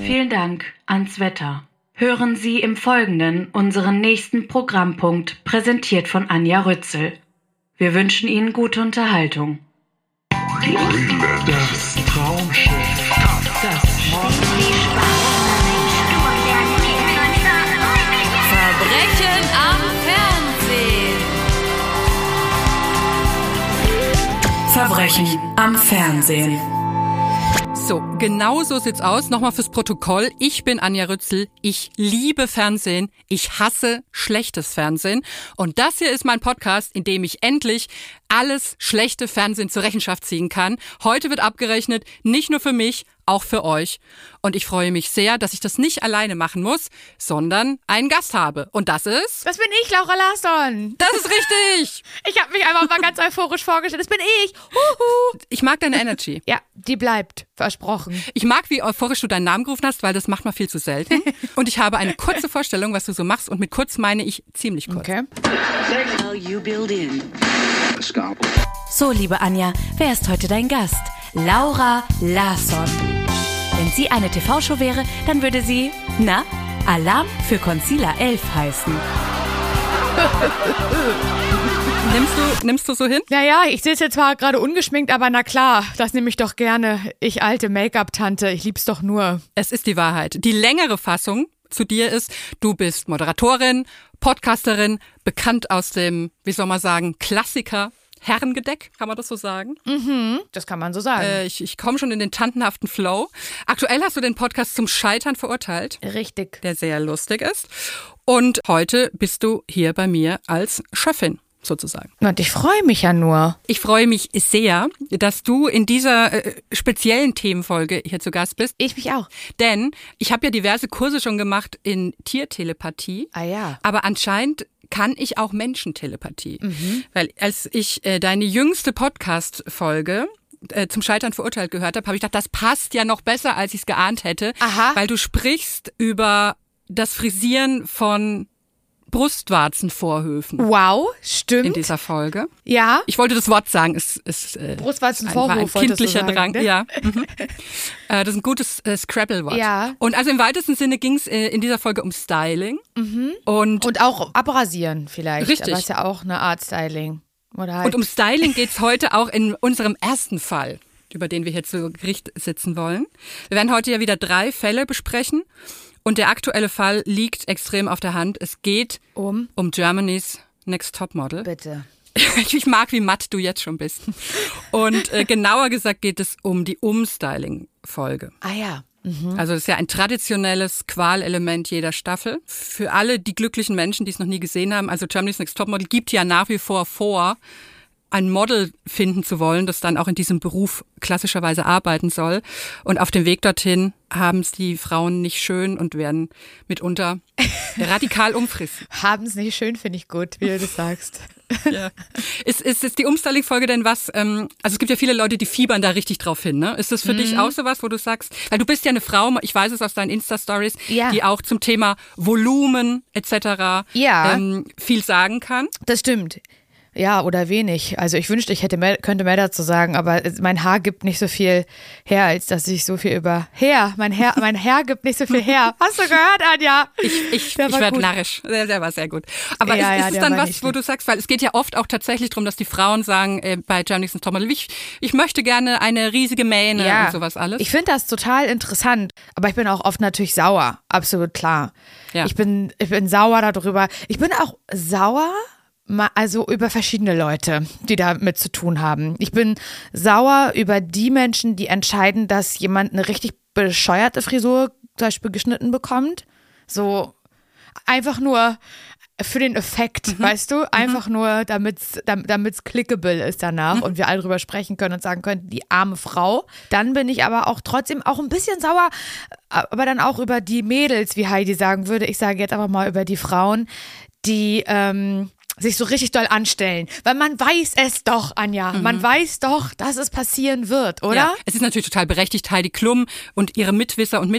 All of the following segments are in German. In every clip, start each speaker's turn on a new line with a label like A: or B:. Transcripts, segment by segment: A: Vielen Dank ans Wetter. Hören Sie im Folgenden unseren nächsten Programmpunkt, präsentiert von Anja Rützel. Wir wünschen Ihnen gute Unterhaltung.
B: Das Traumschiff.
C: Verbrechen am Fernsehen.
D: Verbrechen am Fernsehen.
E: So, genau so sieht's aus. Nochmal fürs Protokoll. Ich bin Anja Rützel. Ich liebe Fernsehen. Ich hasse schlechtes Fernsehen. Und das hier ist mein Podcast, in dem ich endlich alles schlechte Fernsehen zur Rechenschaft ziehen kann. Heute wird abgerechnet, nicht nur für mich, auch für euch. Und ich freue mich sehr, dass ich das nicht alleine machen muss, sondern einen Gast habe. Und das ist...
F: Das bin ich, Laura Larsson.
E: Das ist richtig!
F: Ich habe mich einfach mal ganz euphorisch vorgestellt. Das bin ich. Huhu.
E: Ich mag deine Energy.
F: Ja, die bleibt. Versprochen.
E: Ich mag, wie euphorisch du deinen Namen gerufen hast, weil das macht man viel zu selten. Und ich habe eine kurze Vorstellung, was du so machst. Und mit kurz meine ich ziemlich kurz.
F: Okay.
G: So, liebe Anja, wer ist heute dein Gast? Laura Larsson. Wenn sie eine TV-Show wäre, dann würde sie, na, Alarm für Concealer 11 heißen.
E: Nimmst du, nimmst du so hin?
F: Naja, ich sitze zwar gerade ungeschminkt, aber na klar, das nehme ich doch gerne. Ich alte Make-up-Tante, ich lieb's doch nur.
E: Es ist die Wahrheit. Die längere Fassung zu dir ist, du bist Moderatorin, Podcasterin, bekannt aus dem, wie soll man sagen, Klassiker. Herrengedeck, kann man das so sagen?
F: Das kann man so sagen.
E: Äh, ich ich komme schon in den tantenhaften Flow. Aktuell hast du den Podcast zum Scheitern verurteilt,
F: Richtig.
E: der sehr lustig ist. Und heute bist du hier bei mir als Chefin sozusagen.
F: Und ich freue mich ja nur.
E: Ich freue mich sehr, dass du in dieser äh, speziellen Themenfolge hier zu Gast bist,
F: Ich mich auch.
E: denn ich habe ja diverse Kurse schon gemacht in Tiertelepathie.
F: Ah ja.
E: Aber anscheinend kann ich auch Menschentelepathie.
F: Mhm.
E: Weil als ich äh, deine jüngste Podcast-Folge äh, zum Scheitern verurteilt gehört habe, habe ich gedacht, das passt ja noch besser, als ich es geahnt hätte.
F: Aha.
E: Weil du sprichst über das Frisieren von Brustwarzenvorhöfen
F: Wow,
E: in
F: stimmt.
E: dieser Folge.
F: Ja.
E: Ich wollte das Wort sagen. Es, es, äh, war ein
F: Brustwarzenvorhof, wolltest du
E: kindlicher
F: sagen,
E: Drang.
F: ne?
E: Ja. Mhm. äh, das ist ein gutes äh, Scrabble-Wort.
F: Ja.
E: Und also im weitesten Sinne ging es äh, in dieser Folge um Styling. Und, und,
F: Mhm. Und auch abrasieren vielleicht.
E: Richtig.
F: Aber ist ja auch eine Art Styling. Oder halt.
E: um Styling geht's heute auch in unserem ersten Fall, über den wir hier zu Gericht sitzen wollen. Wir werden heute ja wieder drei Fälle besprechen. Und der aktuelle Fall liegt extrem auf der Hand. Es geht
F: Um?
E: um Germany's Next Top Model.
F: Bitte.
E: Ich mag, wie matt du jetzt schon bist. Und äh, genauer gesagt geht es um die Umstyling-Folge.
F: Ah ja.
E: Also das ist ja ein traditionelles Qualelement jeder Staffel. Für alle die glücklichen Menschen, die es noch nie gesehen haben, also Germany's Next Topmodel gibt ja nach wie vor vor, ein Model finden zu wollen, das dann auch in diesem Beruf klassischerweise arbeiten soll. Und auf dem Weg dorthin haben es die Frauen nicht schön und werden mitunter radikal umfrissen.
F: Haben es nicht schön, finde ich gut, wie du das sagst.
E: Ja. Ist, ist, ist die Umstyling-Folge denn was? Ähm, also es gibt ja viele Leute, die fiebern da richtig drauf hin. Ne? Ist das für
F: Mhm.
E: dich auch sowas, wo du sagst, weil du bist ja eine Frau, ich weiß es aus deinen Insta-Stories,
F: Ja.
E: die auch zum Thema Volumen etc.
F: Ja.
E: Ähm, viel sagen kann.
F: Das stimmt. Ja, oder wenig. Also ich wünschte, ich hätte mehr, könnte mehr dazu sagen, aber es- mein Haar gibt nicht so viel her, als dass ich so viel über her. Mein Herr, mein Herr gibt nicht so viel her. Hast du gehört, Anja?
E: Ich, ich, ich
F: Der war
E: werde
F: gut.
E: narrisch. Der, der war sehr gut. Aber
F: Ja,
E: ist,
F: ja,
E: ist es
F: der
E: dann
F: war
E: was,
F: nicht
E: wo
F: schlecht.
E: du sagst, weil es geht ja oft auch tatsächlich darum, dass die Frauen sagen äh, bei Germany's Next Topmodel, ich, ich möchte gerne eine riesige Mähne und sowas alles.
F: Ich finde das total interessant, aber ich bin auch oft natürlich sauer, absolut klar.
E: Ja.
F: Ich, bin, ich bin sauer darüber. Ich bin auch sauer, ma- also über verschiedene Leute, die damit zu tun haben. Ich bin sauer über die Menschen, die entscheiden, dass jemand eine richtig bescheuerte Frisur zum Beispiel geschnitten bekommt. So einfach nur für den Effekt,
E: Mhm.
F: weißt du? Einfach nur, damit's, dam- damit's clickable ist danach
E: Mhm.
F: und wir alle drüber sprechen können und sagen können, die arme Frau. Dann bin ich aber auch trotzdem auch ein bisschen sauer, äh, aber dann auch über die Mädels, wie Heidi sagen würde. Ich sage jetzt aber mal über die Frauen, die ähm, sich so richtig doll anstellen. Weil man weiß es doch, Anja. Man weiß doch, dass es passieren wird, oder?
E: Mhm. Ja, es ist natürlich total berechtigt, Heidi Klum und ihre Mitwisser und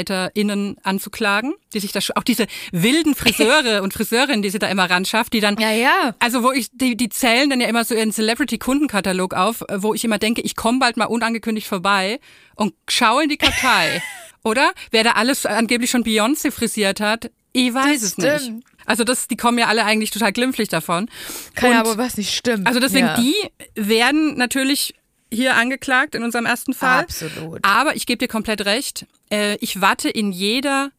E: MittäterInnen anzuklagen, die sich da sch- auch diese wilden Friseure und Friseurinnen, die sie da immer ranschafft, die dann.
F: Ja, ja.
E: Also, wo ich, die, die zählen dann ja immer so ihren Celebrity-Kundenkatalog auf, äh, wo ich immer denke, ich komme bald mal unangekündigt vorbei und schaue in die Kartei. oder? Wer da alles angeblich schon Beyoncé frisiert hat, ich weiß
F: Das
E: es nicht.
F: stimmt.
E: Also das, die kommen ja alle eigentlich total glimpflich davon.
F: Kann ja
E: Und-
F: aber was nicht stimmen.
E: Also deswegen,
F: ja.
E: die werden natürlich hier angeklagt in unserem ersten Fall.
F: Absolut.
E: Aber ich gebe dir komplett recht, äh, ich warte in jeder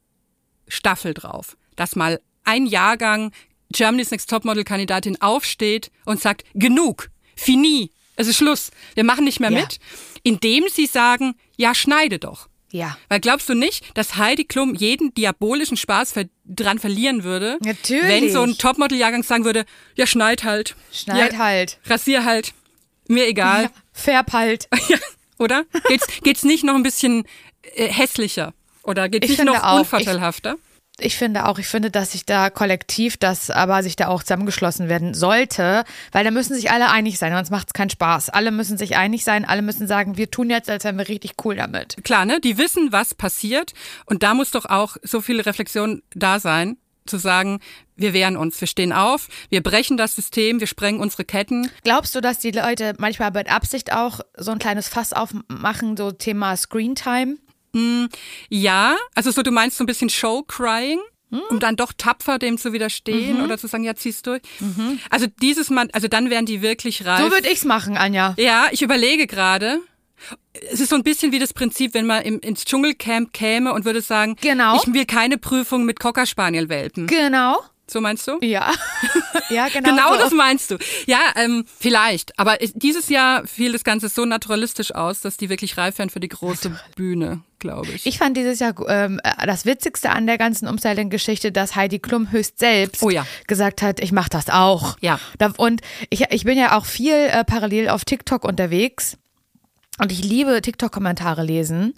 E: Staffel drauf, dass mal ein Jahrgang Germany's Next Topmodel-Kandidatin aufsteht und sagt, genug, fini, es ist Schluss, wir machen nicht mehr
F: Ja.
E: mit, indem sie sagen, ja, schneide doch.
F: Ja.
E: Weil glaubst du nicht, dass Heidi Klum jeden diabolischen Spaß ver dran verlieren würde,
F: Natürlich.
E: wenn so ein Topmodel-Jahrgang sagen würde, ja, schneid halt.
F: Schneid
E: ja,
F: halt.
E: Rasier halt. Mir egal.
F: Färb halt.
E: Ja, oder? Geht's, geht's nicht noch ein bisschen äh, hässlicher? Oder geht's
F: Ich
E: nicht
F: finde
E: noch
F: auch, ich-
E: unvorteilhafter?
F: Ich finde auch, ich finde, dass sich da kollektiv das aber sich da auch zusammengeschlossen werden sollte, weil da müssen sich alle einig sein, sonst macht es keinen Spaß. Alle müssen sich einig sein, alle müssen sagen, wir tun jetzt, als wären wir richtig cool damit.
E: Klar, ne? Die wissen, was passiert. Und da muss doch auch so viel Reflexion da sein, zu sagen, wir wehren uns, wir stehen auf, wir brechen das System, wir sprengen unsere Ketten.
F: Glaubst du, dass die Leute manchmal mit Absicht auch so ein kleines Fass aufmachen, so Thema Screentime?
E: Ja, also so du meinst so ein bisschen Show-Crying,
F: Hm?
E: um dann doch tapfer dem zu widerstehen
F: Mhm.
E: oder zu sagen, ja, zieh's durch. Also dieses Mal, also dann wären die wirklich reif.
F: So würde ich's machen, Anja.
E: Ja, ich überlege gerade. Es ist so ein bisschen wie das Prinzip, wenn man im, ins Dschungelcamp käme und würde sagen,
F: Genau.
E: ich will keine Prüfung mit Cocker Spaniel Welpen.
F: Genau.
E: So meinst du?
F: Ja. ja, genau.
E: Genau
F: so.
E: das meinst du. Ja, ähm, vielleicht. Aber es- dieses Jahr fiel das Ganze so naturalistisch aus, dass die wirklich reif werden für die große Bühne, glaube ich.
F: Ich fand dieses Jahr ähm, äh, das Witzigste an der ganzen Umstyling-Geschichte, dass Heidi Klum höchst selbst
E: Oh ja.
F: gesagt hat, ich mache das auch.
E: Ja.
F: Da, und ich, ich bin ja auch viel äh, parallel auf TikTok unterwegs und ich liebe TikTok-Kommentare lesen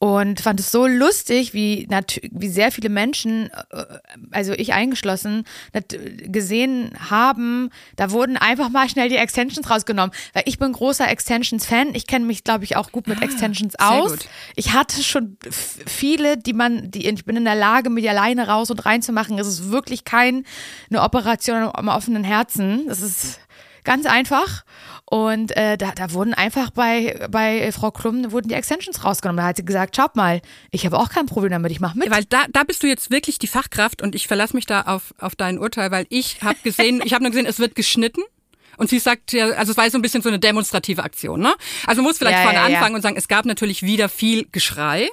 F: und fand es so lustig, wie, natü- wie sehr viele Menschen, äh, also ich eingeschlossen, nat- gesehen haben, da wurden einfach mal schnell die Extensions rausgenommen. Weil ich bin großer Extensions-Fan. Ich kenne mich, glaube ich, auch gut mit Extensions aus.
E: Ah, gut.
F: Ich hatte schon f- viele, die man, die ich bin in der Lage, mir die alleine raus und rein zu machen. Es ist wirklich kein eine Operation am offenen Herzen. Das ist ganz einfach. Und äh, da, da wurden einfach bei, bei Frau Klum wurden die Extensions rausgenommen. Da hat sie gesagt, schaut mal, ich habe auch kein Problem damit, ich mache mit.
E: Weil da, da bist du jetzt wirklich die Fachkraft und ich verlasse mich da auf, auf dein Urteil, weil ich habe gesehen, ich habe nur gesehen, es wird geschnitten. Und sie sagt ja, also es war so ein bisschen so eine demonstrative Aktion, ne? Also man muss vielleicht
F: Ja,
E: vorne
F: ja, ja.
E: anfangen und sagen, es gab natürlich wieder viel Geschrei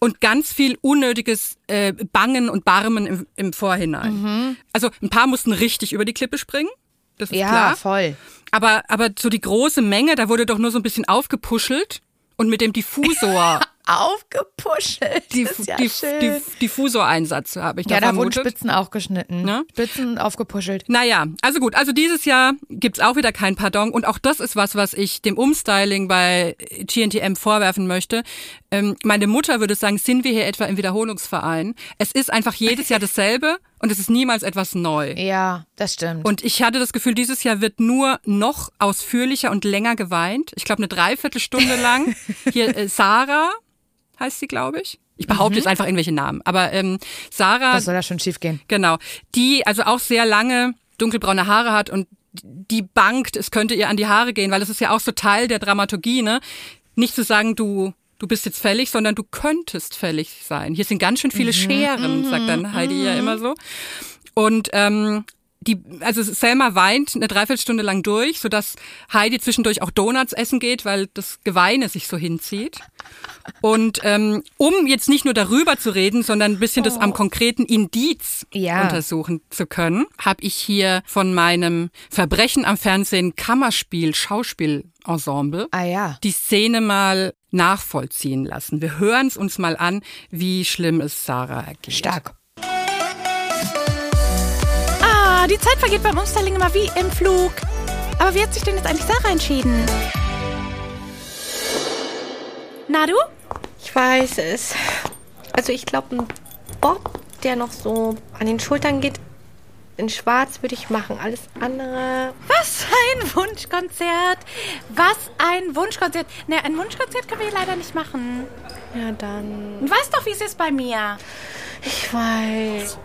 E: und ganz viel unnötiges äh, Bangen und Barmen im, im Vorhinein. Also ein paar mussten richtig über die Klippe springen. Das ist
F: Mhm. ja,
E: klar.
F: voll.
E: Aber, aber so die große Menge, da wurde doch nur so ein bisschen aufgepuschelt und mit dem Diffusor
F: Aufgepuschelt.
E: Diff
F: das ist ja
E: Diff
F: schön.
E: Diff Diffusoreinsatz habe ich da
F: ja, da wurden
E: vermutet.
F: Spitzen auch geschnitten.
E: Ne?
F: Spitzen aufgepuschelt.
E: naja, also gut, also dieses Jahr gibt's auch wieder kein Pardon und auch das ist was, was ich dem Umstyling bei GNTM vorwerfen möchte. Ähm, meine Mutter würde sagen, sind wir hier etwa im Wiederholungsverein? Es ist einfach jedes Jahr dasselbe und es ist niemals etwas neu.
F: Ja, das stimmt.
E: Und ich hatte das Gefühl, dieses Jahr wird nur noch ausführlicher und länger geweint. Ich glaube, eine Dreiviertelstunde lang. Hier äh, Sarah heißt sie, glaube ich. Ich
F: Mhm.
E: behaupte jetzt einfach irgendwelche Namen. Aber ähm, Sarah,
F: Was soll da schon schief gehen?
E: genau, die also auch sehr lange dunkelbraune Haare hat und die bangt, es könnte ihr an die Haare gehen, weil das ist ja auch so Teil der Dramaturgie, ne? Nicht zu sagen, du du bist jetzt fällig, sondern du könntest fällig sein. Hier sind ganz schön viele Scheren, sagt dann Heidi ja immer so. Und ähm, die, also Selma weint eine Dreiviertelstunde lang durch, sodass Heidi zwischendurch auch Donuts essen geht, weil das Geweine sich so hinzieht. Und ähm, um jetzt nicht nur darüber zu reden, sondern ein bisschen das am konkreten Indiz
F: Oh. Ja.
E: untersuchen zu können, habe ich hier von meinem Verbrechen am Fernsehen Kammerspiel Schauspielensemble
F: Ah ja.
E: die Szene mal nachvollziehen lassen. Wir hören es uns mal an, wie schlimm es Sarah ergeht.
F: Stark.
H: Ah, die Zeit vergeht beim Umstyling immer wie im Flug. Aber wie hat sich denn jetzt eigentlich Sarah entschieden? Na du?
I: Ich weiß es. Also ich glaube, ein Bob, der noch so an den Schultern geht, in Schwarz würde ich machen. Alles andere.
H: Was ein Wunschkonzert. Was ein Wunschkonzert. Ne, ein Wunschkonzert können wir hier leider nicht machen.
I: Ja, dann.
H: Du weißt doch, wie es ist bei mir.
I: Ich weiß.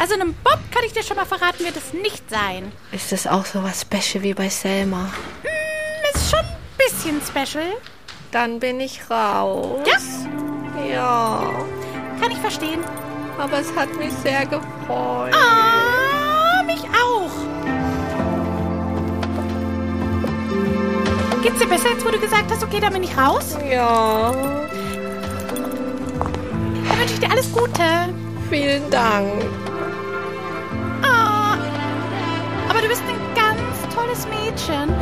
H: Also einem Bob kann ich dir schon mal verraten, wird es nicht sein.
I: Ist das auch so was Special wie bei Selma?
H: Ist schon ein bisschen special.
I: Dann bin ich raus.
H: Ja.
I: Ja,
H: Kann ich verstehen.
I: aber es hat mich sehr gefreut.
H: Ah, mich auch. Geht's dir besser, jetzt wo du gesagt hast, okay, da bin ich raus?
I: Ja,
H: Dann wünsche ich dir alles Gute.
I: vielen Dank.
H: Ah, aber du bist ein ganz tolles Mädchen.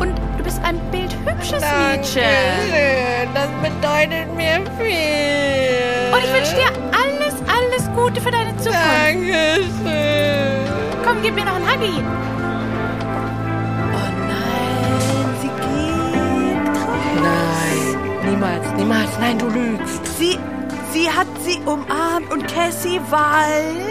H: Und du bist ein bildhübsches Mädchen.
I: Dankeschön, das bedeutet mir viel.
H: Und ich wünsche dir alles, alles Gute für deine Zukunft.
I: Dankeschön.
H: Komm, gib mir noch einen Huggy.
I: Nein, niemals, niemals, nein, du lügst.
J: Sie, sie hat sie umarmt und Cassie weint.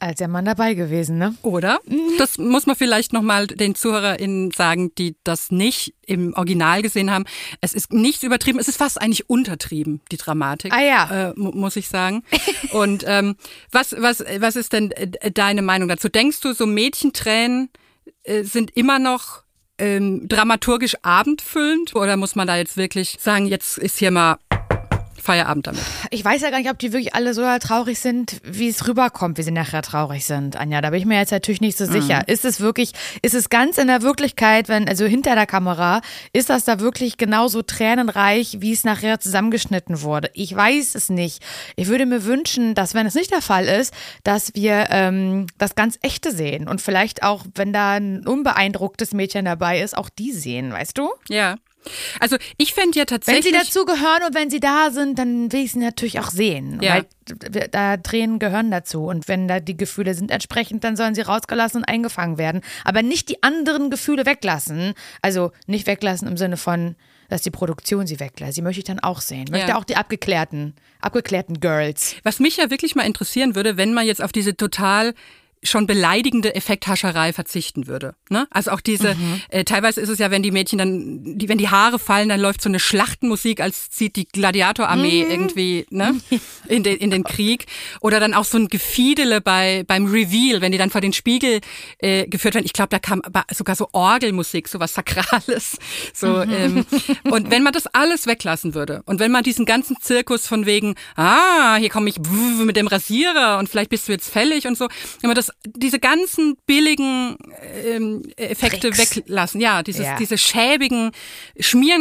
F: Als der Mann dabei gewesen, ne?
E: Oder? Das muss man vielleicht nochmal den ZuhörerInnen sagen, die das nicht im Original gesehen haben. Es ist nichts übertrieben, es ist fast eigentlich untertrieben, die Dramatik.
F: Ah ja.
E: Äh, mu- muss ich sagen. Und ähm, was, was, was ist denn äh, deine Meinung dazu? Denkst du, so Mädchentränen äh, sind immer noch ähm, dramaturgisch abendfüllend? Oder muss man da jetzt wirklich sagen, jetzt ist hier mal Feierabend damit?
F: Ich weiß ja gar nicht, ob die wirklich alle so traurig sind, wie es rüberkommt, wie sie nachher traurig sind, Anja. Da bin ich mir jetzt natürlich nicht so sicher. Ist es wirklich, ist es ganz in der Wirklichkeit, wenn, also hinter der Kamera, ist das da wirklich genauso tränenreich, wie es nachher zusammengeschnitten wurde? Ich weiß es nicht. Ich würde mir wünschen, dass, wenn es nicht der Fall ist, dass wir ähm, das ganz Echte sehen und vielleicht auch, wenn da ein unbeeindrucktes Mädchen dabei ist, auch die sehen, weißt du?
E: Ja. Also ich fände ja
F: Wenn
E: tatsächlich.
F: sie dazugehören und wenn sie da sind, dann will ich sie natürlich auch sehen.
E: Ja.
F: Weil d- da Tränen gehören dazu. Und wenn da die Gefühle sind entsprechend, dann sollen sie rausgelassen und eingefangen werden. Aber nicht die anderen Gefühle weglassen. Also nicht weglassen im Sinne von, dass die Produktion sie weglässt. Sie möchte ich dann auch sehen. Möchte
E: Ja.
F: auch die abgeklärten, abgeklärten Girls.
E: Was mich ja wirklich mal interessieren würde, wenn man jetzt auf diese total schon beleidigende Effekthascherei verzichten würde. Ne? Also auch diese, äh, teilweise ist es ja, wenn die Mädchen dann, die, wenn die Haare fallen, dann läuft so eine Schlachtenmusik, als zieht die Gladiatorarmee irgendwie ne? in, den, in den Krieg. Oder dann auch so ein Gefiedele bei, äh, beim Reveal, wenn die dann vor den Spiegel äh, geführt werden. Ich glaube, da kam aber sogar so Orgelmusik, sowas Sakrales. So, ähm, und wenn man das alles weglassen würde und wenn man diesen ganzen Zirkus von wegen, ah, hier komme ich wuh, mit dem Rasierer und vielleicht bist du jetzt fällig und so, wenn man das, diese ganzen billigen ähm, Effekte
F: Tricks.
E: weglassen, ja, dieses,
F: Ja.
E: diese schäbigen,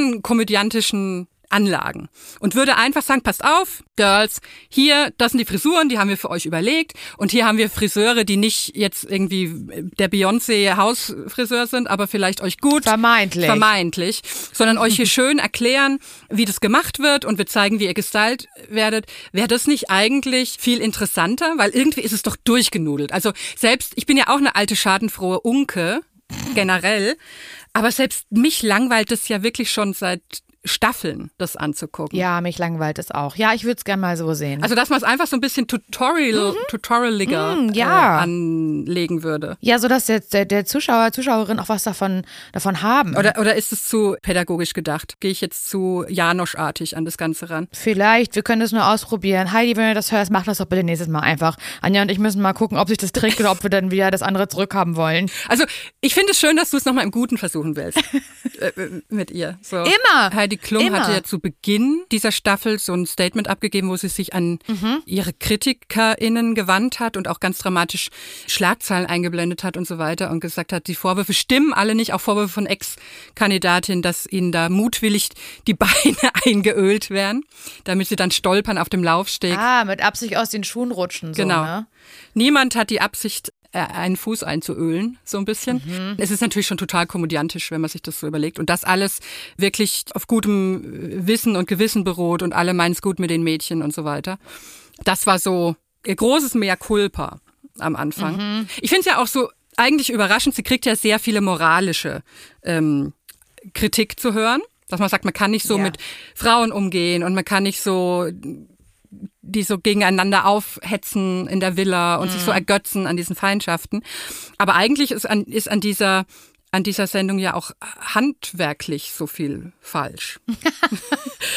E: schmierenkomödiantischen Anlagen und würde einfach sagen, passt auf, Girls, hier, das sind die Frisuren, die haben wir für euch überlegt und hier haben wir Friseure, die nicht jetzt irgendwie der Beyoncé Hausfriseur sind, aber vielleicht euch gut
F: Vermeintlich.
E: vermeintlich, sondern euch hier schön erklären, wie das gemacht wird und wir zeigen, wie ihr gestylt werdet. Wäre das nicht eigentlich viel interessanter, weil irgendwie ist es doch durchgenudelt. Also selbst ich bin ja auch eine alte schadenfrohe Unke generell, aber selbst mich langweilt es ja wirklich schon seit Staffeln, das anzugucken.
F: Ja, mich langweilt es auch. Ja, ich würde es gerne mal so sehen.
E: Also, dass man es einfach so ein bisschen tutorial, tutorialiger
F: Mhm, ja.
E: äh, anlegen würde.
F: ja, sodass der, der, der Zuschauer, Zuschauerin auch was davon, davon haben.
E: Oder, oder ist es zu pädagogisch gedacht? Gehe ich jetzt zu Janosch-artig an das Ganze ran?
F: Vielleicht, wir können das nur ausprobieren. Heidi, wenn du das hörst, mach das doch bitte nächstes Mal einfach. Anja und ich müssen mal gucken, ob sich das trägt oder ob wir dann wieder das andere zurückhaben wollen.
E: Also, ich finde es schön, dass du es nochmal im Guten versuchen willst. äh, äh, mit ihr. So.
F: Immer.
E: Heidi Klum
F: Immer.
E: hatte ja zu Beginn dieser Staffel so ein Statement abgegeben, wo sie sich an
F: Mhm.
E: ihre KritikerInnen gewandt hat und auch ganz dramatisch Schlagzeilen eingeblendet hat und so weiter und gesagt hat, die Vorwürfe stimmen alle nicht, auch Vorwürfe von Ex-Kandidatinnen, dass ihnen da mutwillig die Beine eingeölt werden, damit sie dann stolpern auf dem Laufsteg.
F: Ah, mit Absicht aus den Schuhen rutschen. So,
E: Genau.
F: Ne?
E: Niemand hat die Absicht, äh, einen Fuß einzuölen, so ein bisschen.
F: Mhm.
E: Es ist natürlich schon total komödiantisch, wenn man sich das so überlegt. Und das alles wirklich auf gutem äh, Wissen und Gewissen beruht und alle meinen es gut mit den Mädchen und so weiter. Das war so ihr großes Mea culpa am Anfang.
F: Mhm.
E: Ich finde es ja auch so eigentlich überraschend, sie kriegt ja sehr viele moralische ähm, Kritik zu hören. Dass man sagt, man kann nicht so mit Frauen umgehen und man kann nicht so die so gegeneinander aufhetzen
F: Mhm.
E: in der Villa und sich so ergötzen an diesen Feindschaften. Aber eigentlich ist an, ist an dieser an dieser Sendung ja auch handwerklich so viel falsch.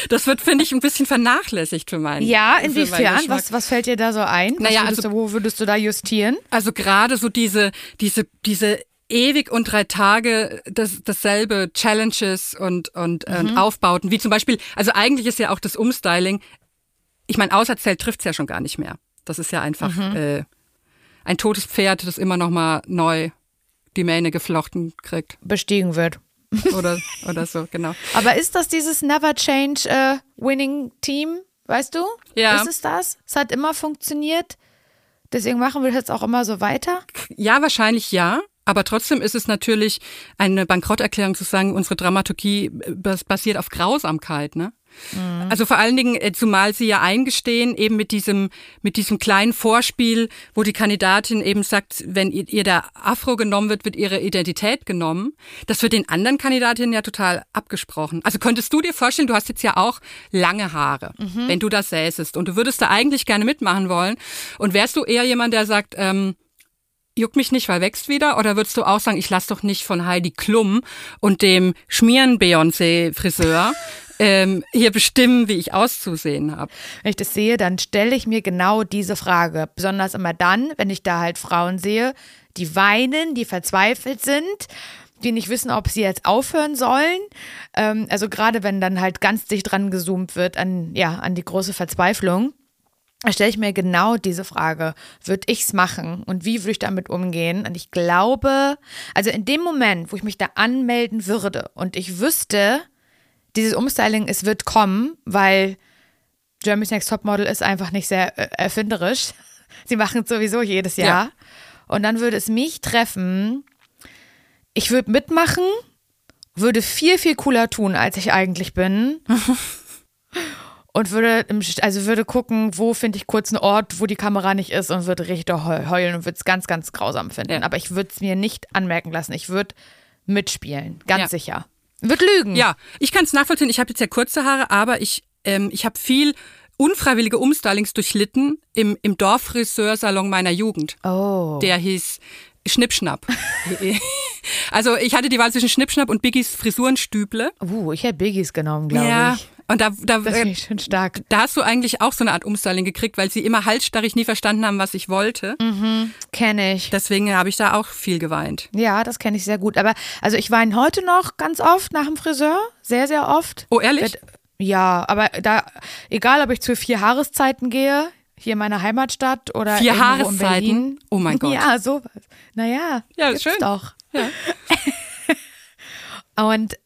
E: das wird, finde ich, ein bisschen vernachlässigt für meinen.
F: Ja,
E: für meinen
F: inwiefern?
E: Geschmack.
F: Was, was fällt dir da so ein? Was
E: Naja,
F: würdest
E: also-
F: du, wo würdest du da justieren?
E: Also gerade so diese, diese, diese ewig und drei Tage das, dasselbe Challenges und, und, äh, und Aufbauten, wie zum Beispiel, also eigentlich ist ja auch das Umstyling, ich meine, außer Zelt trifft's ja schon gar nicht mehr. Das ist ja einfach äh, ein totes Pferd, das immer noch mal neu die Mähne geflochten kriegt
F: Bestiegen wird.
E: oder, oder so, genau.
F: Aber ist das dieses Never Change äh, Winning Team? Weißt du?
E: Ja.
F: Ist es das? Es hat immer funktioniert. Deswegen machen wir das jetzt auch immer so weiter.
E: Ja, wahrscheinlich ja. Aber trotzdem ist es natürlich eine Bankrotterklärung zu sagen, unsere Dramaturgie äh, bas- basiert auf Grausamkeit, ne? Also vor allen Dingen, äh, zumal sie ja eingestehen, eben mit diesem, mit diesem kleinen Vorspiel, wo die Kandidatin eben sagt, wenn ihr, ihr der Afro genommen wird, wird ihre Identität genommen. Das wird den anderen Kandidatinnen ja total abgesprochen. Also könntest du dir vorstellen, du hast jetzt ja auch lange Haare, wenn du da säßest und du würdest da eigentlich gerne mitmachen wollen. Und wärst du eher jemand, der sagt, ähm, juckt mich nicht, weil wächst wieder? Oder würdest du auch sagen, ich lass doch nicht von Heidi Klum und dem Schmieren-Beyoncé-Friseur ähm, hier bestimmen, wie ich auszusehen habe?
F: Wenn ich das sehe, dann stelle ich mir genau diese Frage. Besonders immer dann, wenn ich da halt Frauen sehe, die weinen, die verzweifelt sind, die nicht wissen, ob sie jetzt aufhören sollen. Ähm, also gerade wenn dann halt ganz dicht dran gezoomt wird an, ja, an die große Verzweiflung. Da stelle ich mir genau diese Frage, würde ich es machen und wie würde ich damit umgehen? Und ich glaube, also in dem Moment, wo ich mich da anmelden würde und ich wüsste, dieses Umstyling, es wird kommen, weil Germany's Next Topmodel ist einfach nicht sehr äh, erfinderisch. Sie machen es sowieso jedes Jahr.
E: Ja.
F: Und dann würde es mich treffen. Ich würde mitmachen, würde viel, viel cooler tun, als ich eigentlich bin. und würde, im, Sch- also würde gucken, wo finde ich kurz einen Ort, wo die Kamera nicht ist und würde richtig heu- heulen und würde es ganz, ganz grausam finden.
E: Ja.
F: Aber ich würde es mir nicht anmerken lassen. Ich würde mitspielen, ganz
E: Ja.
F: sicher. Würde lügen.
E: Ja, ich kann es nachvollziehen. Ich habe jetzt ja kurze Haare, aber ich, ähm, ich habe viel unfreiwillige Umstylings durchlitten im, im Dorffriseursalon meiner Jugend.
F: Oh.
E: Der hieß Schnippschnapp. also ich hatte die Wahl zwischen Schnippschnapp und Biggies Frisurenstüble.
F: Uh, ich hätte Biggies genommen, glaube ich.
E: Und da, da, äh,
F: Das finde ich schon stark.
E: Da hast du eigentlich auch so eine Art Umstyling gekriegt, weil sie immer halsstarrig nie verstanden haben, was ich wollte.
F: Kenne ich.
E: Deswegen habe ich da auch viel geweint.
F: Ja, das kenne ich sehr gut. Aber also ich weine heute noch ganz oft nach dem Friseur. Sehr, sehr oft.
E: Oh, ehrlich?
F: Wird- Ja, aber da, egal ob ich zu vier Haareszeiten gehe, hier in meiner Heimatstadt oder
E: Vier
F: irgendwo in
E: Haareszeiten?
F: Berlin.
E: Oh mein Gott.
F: Ja, Ah, sowas. Naja,
E: Ja,
F: gibt's
E: schön.
F: doch. Und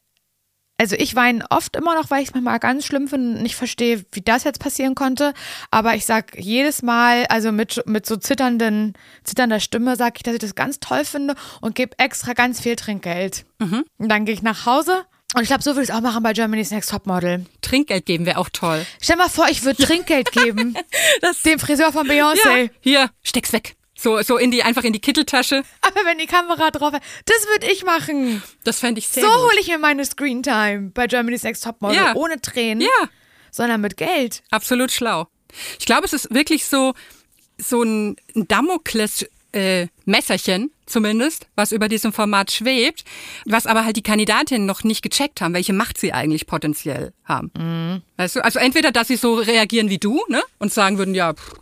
F: also ich weine oft immer noch, weil ich es manchmal ganz schlimm finde und nicht verstehe, wie das jetzt passieren konnte. Aber ich sag jedes Mal, also mit, mit so zitternden, zitternder Stimme sage ich, dass ich das ganz toll finde und gebe extra ganz viel Trinkgeld.
E: Mhm.
F: Und dann gehe ich nach Hause. Und ich glaube, so würde ich es auch machen bei Germany's Next Topmodel.
E: Trinkgeld geben wäre auch toll.
F: Stell mal vor, ich würde Trinkgeld geben.
E: Das-
F: dem Friseur von
E: Ja,
F: Beyoncé.
E: hier, steck's weg. So, so in die, einfach in die Kitteltasche.
F: Aber wenn die Kamera drauf wäre, das würde ich machen.
E: Das fände ich sehr
F: so
E: gut.
F: hole ich mir meine Screentime bei Germany's Next Topmodel.
E: Ja.
F: Ohne Tränen,
E: Ja,
F: sondern mit Geld.
E: absolut schlau. Ich glaube, es ist wirklich so, so ein Damokles, äh, Messerchen zumindest, was über diesem Format schwebt, was aber halt die Kandidatinnen noch nicht gecheckt haben, welche Macht sie eigentlich potenziell haben. Weißt du? Also entweder, dass sie so reagieren wie du, ne? Und sagen würden, ja, pff,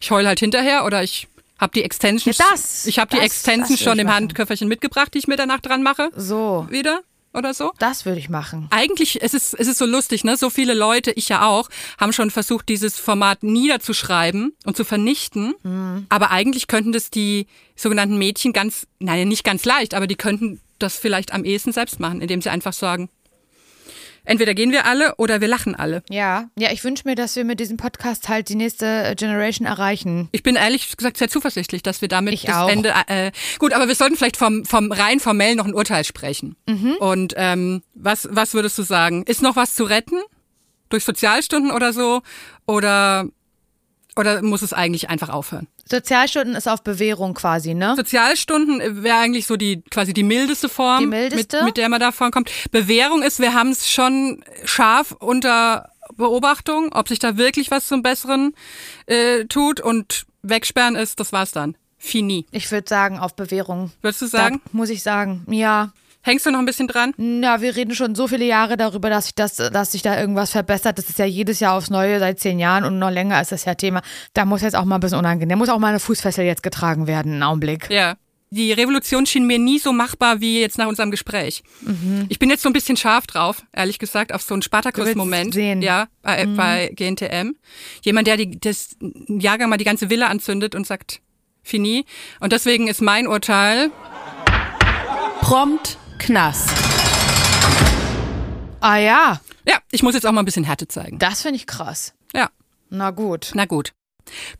E: ich heul halt hinterher oder ich habe die Extensions.
F: Ja, das,
E: ich habe die
F: das, das
E: Extensions
F: würd
E: schon
F: ich
E: im
F: machen.
E: Handköfferchen mitgebracht, die ich mir danach dran mache.
F: So.
E: Wieder oder so.
F: Das würde ich machen.
E: Eigentlich es ist es ist so lustig, ne? So viele Leute, ich ja auch, haben schon versucht, dieses Format niederzuschreiben und zu vernichten. Aber eigentlich könnten das die sogenannten Mädchen ganz, nein, nicht ganz leicht, aber die könnten das vielleicht am ehesten selbst machen, indem sie einfach sagen: Entweder gehen wir alle oder wir lachen alle.
F: Ja, ja, ich wünsche mir, dass wir mit diesem Podcast halt die nächste Generation erreichen.
E: Ich bin ehrlich gesagt sehr zuversichtlich, dass wir damit
F: Ich
E: das
F: auch.
E: Ende. Äh, gut, aber wir sollten vielleicht vom, vom rein formell noch ein Urteil sprechen.
F: Mhm.
E: Und ähm, was, was würdest du sagen? Ist noch was zu retten? Durch Sozialstunden oder so? Oder, oder muss es eigentlich einfach aufhören?
F: Sozialstunden ist auf Bewährung quasi, ne?
E: Sozialstunden wäre eigentlich so die quasi die mildeste Form,
F: Die mildeste?
E: Mit, mit der man da vorankommt. Bewährung ist, wir haben es schon scharf unter Beobachtung, ob sich da wirklich was zum Besseren äh, tut und wegsperren ist, das war's dann. Fini.
F: Ich würde sagen, auf Bewährung.
E: Würdest du sagen?
F: Da muss ich sagen, ja.
E: Hängst du noch ein bisschen dran?
F: Na, wir reden schon so viele Jahre darüber, dass sich, das, dass sich da irgendwas verbessert. Das ist ja jedes Jahr aufs Neue, seit zehn Jahren und noch länger ist das ja Thema. Da muss jetzt auch mal ein bisschen unangenehm. Da muss auch mal eine Fußfessel jetzt getragen werden, einen Augenblick.
E: Ja. Die Revolution schien mir nie so machbar wie jetzt nach unserem Gespräch. Ich bin jetzt so ein bisschen scharf drauf, ehrlich gesagt, auf so einen Spartakus-Moment.
F: Du willst sehen.
E: Ja, bei, bei GNTM. Jemand, der die, das Jahrgang mal die ganze Villa anzündet und sagt, Fini. Und deswegen ist mein Urteil,
G: Prompt Knast.
F: Ah ja,
E: ja, ich muss jetzt auch mal ein bisschen Härte zeigen.
F: das finde ich krass.
E: Ja,
F: Na gut.
E: na gut.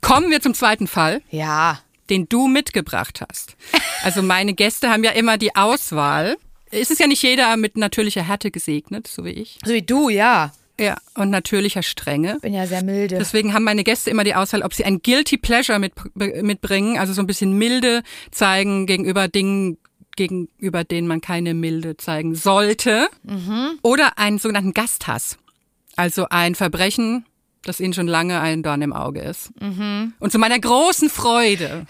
E: Kommen wir zum zweiten Fall.
F: Ja.
E: den du mitgebracht hast. Also meine Gäste haben ja immer die Auswahl. Es ist ja nicht jeder mit natürlicher Härte gesegnet, so wie ich.
F: So wie du, ja.
E: Ja. Und natürlicher Strenge.
F: Bin ja sehr milde.
E: Deswegen haben meine Gäste immer die Auswahl, ob sie ein Guilty Pleasure mit, be- mitbringen, also so ein bisschen Milde zeigen gegenüber Dingen, gegenüber denen man keine Milde zeigen sollte.
F: Mhm.
E: Oder einen sogenannten Gasthass. Also ein Verbrechen, das ihnen schon lange ein Dorn im Auge ist.
F: Mhm.
E: Und zu meiner großen Freude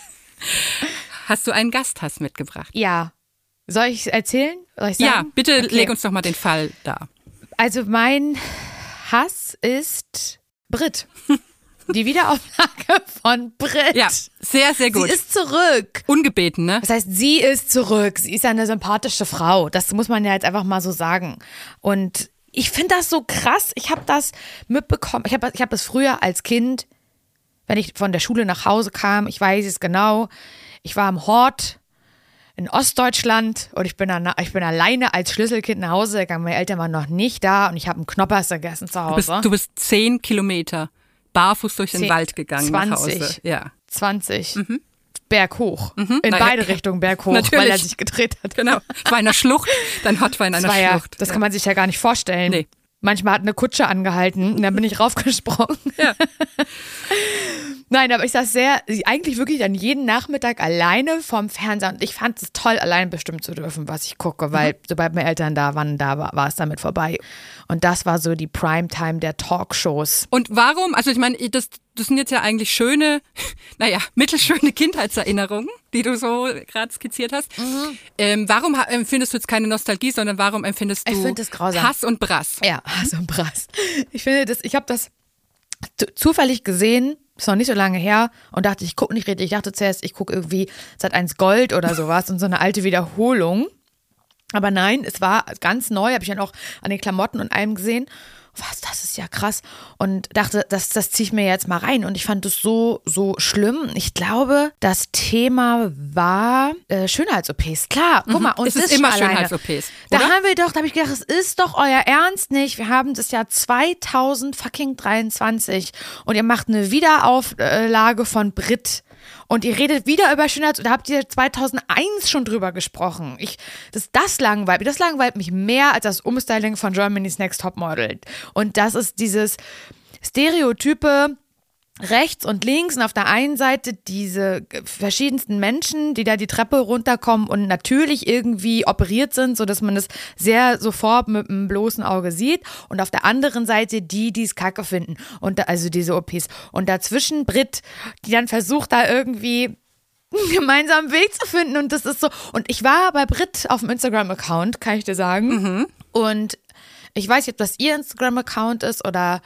E: hast du einen Gasthass mitgebracht.
F: ja. Soll ich erzählen? Soll ich sagen?
E: Ja, bitte
F: Okay.
E: leg uns doch mal den Fall da.
F: Also mein Hass ist Brit. Die Wiederauflage von Brit.
E: Ja, sehr, sehr gut.
F: Sie ist zurück.
E: Ungebeten, ne?
F: Das heißt, sie ist zurück. Sie ist eine sympathische Frau. Das muss man ja jetzt einfach mal so sagen. Und ich finde das so krass. Ich habe das mitbekommen. Ich habe ich hab das früher als Kind, wenn ich von der Schule nach Hause kam, ich weiß es genau. Ich war im Hort in Ostdeutschland und ich bin, dann, ich bin alleine als Schlüsselkind nach Hause gegangen. Meine Eltern waren noch nicht da und ich habe einen Knoppers gegessen zu Hause.
E: Du bist, du bist zehn Kilometer barfuß durch den
F: Zehn-
E: Wald gegangen nach Hause.
F: 20.
E: Ja,
F: 20. Berghoch. In
E: Mhm. Na ja,
F: beide Richtungen berghoch, weil er
E: Natürlich.
F: sich gedreht hat.
E: genau. Ich war in einer Schlucht. Dein Hot war in einer
F: das war
E: Schlucht.
F: Ja, das kann man sich ja gar nicht vorstellen.
E: Nee.
F: Manchmal hat eine Kutsche angehalten und dann bin ich raufgesprungen.
E: Ja.
F: Nein, aber ich saß sehr, eigentlich wirklich dann jeden Nachmittag alleine vorm Fernseher und ich fand es toll, allein bestimmen zu dürfen, was ich gucke, weil
E: Mhm.
F: sobald meine Eltern da waren, da war, war es damit vorbei. Und das war so die Primetime der Talkshows.
E: Und warum? Also ich meine, das, das sind jetzt ja eigentlich schöne, naja, mittelschöne Kindheitserinnerungen, die du so gerade skizziert hast.
F: Mhm.
E: Ähm, warum ha- empfindest du jetzt keine Nostalgie, sondern warum empfindest
F: Ich
E: du
F: find das grausam.
E: Hass und Brass?
F: Ja, so ein Brass. Ich finde das, ich habe das zu- zufällig gesehen, ist noch nicht so lange her und dachte, ich gucke nicht richtig. Ich dachte zuerst, ich gucke irgendwie seit eins Gold oder sowas und so eine alte Wiederholung. Aber nein, es war ganz neu, habe ich dann auch an den Klamotten und allem gesehen. Was, das ist ja krass. Und dachte, das, das ziehe ich mir jetzt mal rein. Und ich fand es so, so schlimm. Ich glaube, das Thema war äh, Schönheits-OPs. Klar, guck mal, uns
E: Mhm. Es ist
F: schon
E: immer
F: alleine.
E: Schönheits-OPs,
F: Da
E: oder?
F: haben wir doch, da habe ich gedacht, es ist doch euer Ernst nicht. Wir haben das Jahr 2023 und ihr macht eine Wiederauflage von Brit. Und ihr redet wieder über Schönheits- da habt ihr 2001 schon drüber gesprochen. Ich, das, das langweilt mich. Das langweilt mich mehr als das Umstyling von Germany's Next Topmodel. Und das ist dieses Stereotype, rechts und links und auf der einen Seite diese verschiedensten Menschen, die da die Treppe runterkommen und natürlich irgendwie operiert sind, so dass man es sehr sofort mit dem bloßen Auge sieht und auf der anderen Seite die, die es kacke finden und da, also diese OPs und dazwischen Brit, die dann versucht da irgendwie einen gemeinsamen Weg zu finden und das ist so und ich war bei Brit auf dem Instagram Account, kann ich dir sagen. Und ich weiß nicht, ob das ihr Instagram-Account ist oder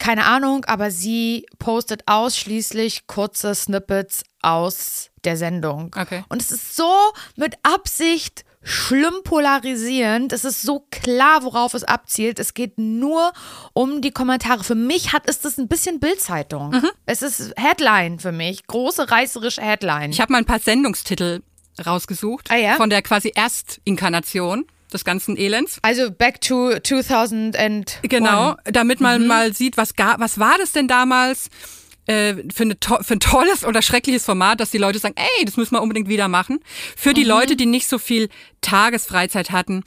F: keine Ahnung, aber sie postet ausschließlich kurze Snippets aus der Sendung.
E: Okay.
F: Und es ist so mit Absicht schlimm polarisierend. Es ist so klar, worauf es abzielt. Es geht nur um die Kommentare. Für mich hat ist das ein bisschen Bildzeitung. Es ist Headline für mich, große reißerische Headline.
E: Ich habe mal ein paar Sendungstitel rausgesucht
F: Ah ja?
E: von der quasi Erstinkarnation des ganzen Elends.
F: also back to 2000 and
E: Genau, damit man
F: Mhm.
E: mal sieht, was, ga, was war das denn damals äh, für, eine to für ein tolles oder schreckliches Format, dass die Leute sagen, ey, das müssen wir unbedingt wieder machen. Für
F: Mhm.
E: die Leute, die nicht so viel Tagesfreizeit hatten,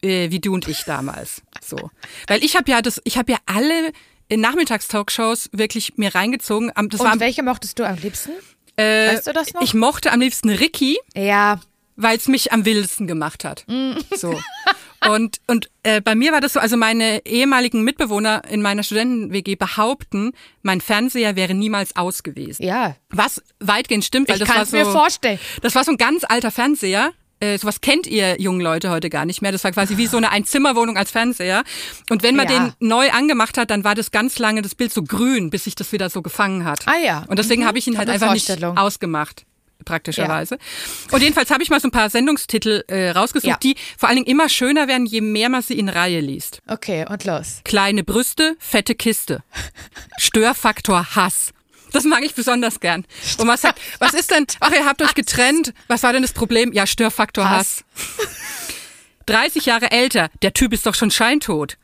E: äh, wie du und ich damals. So. Weil ich habe ja das, ich habe ja alle äh, Nachmittagstalkshows wirklich mir reingezogen. Am- Das war,
F: Und
E: am-
F: welche mochtest du am liebsten?
E: äh,
F: weißt du das noch?
E: Ich mochte am liebsten Ricky
F: Ja,
E: weil es mich am wildesten gemacht hat. So. Und, und äh, bei mir war das so, also meine ehemaligen Mitbewohner in meiner Studenten-WG behaupten, mein Fernseher wäre niemals aus gewesen.
F: Ja.
E: Was weitgehend stimmt, weil
F: Ich
E: das war
F: kann's
E: so.
F: mir vorstellen.
E: Das war so ein ganz alter Fernseher. Äh, sowas kennt ihr jungen Leute heute gar nicht mehr. Das war quasi wie so eine Einzimmerwohnung als Fernseher. Und wenn man
F: Ja.
E: den neu angemacht hat, dann war das ganz lange das Bild so grün, bis sich das wieder so gefangen hat.
F: Ah ja.
E: Und deswegen
F: Mhm.
E: habe ich ihn halt
F: Hab eine
E: einfach nicht
F: Vorstellung.
E: ausgemacht praktischerweise. Und jedenfalls habe ich mal so ein paar Sendungstitel äh, rausgesucht,
F: Ja.
E: die vor allen Dingen immer schöner werden, je mehr man sie in Reihe liest.
F: Okay, und los.
E: Kleine Brüste, fette Kiste. Störfaktor Hass. Das mag ich besonders gern. Wo man sagt, was ist denn, ach, ihr habt euch getrennt. Was war denn das Problem? Ja, Störfaktor Hass. 30 Jahre älter, der Typ ist doch schon scheintot.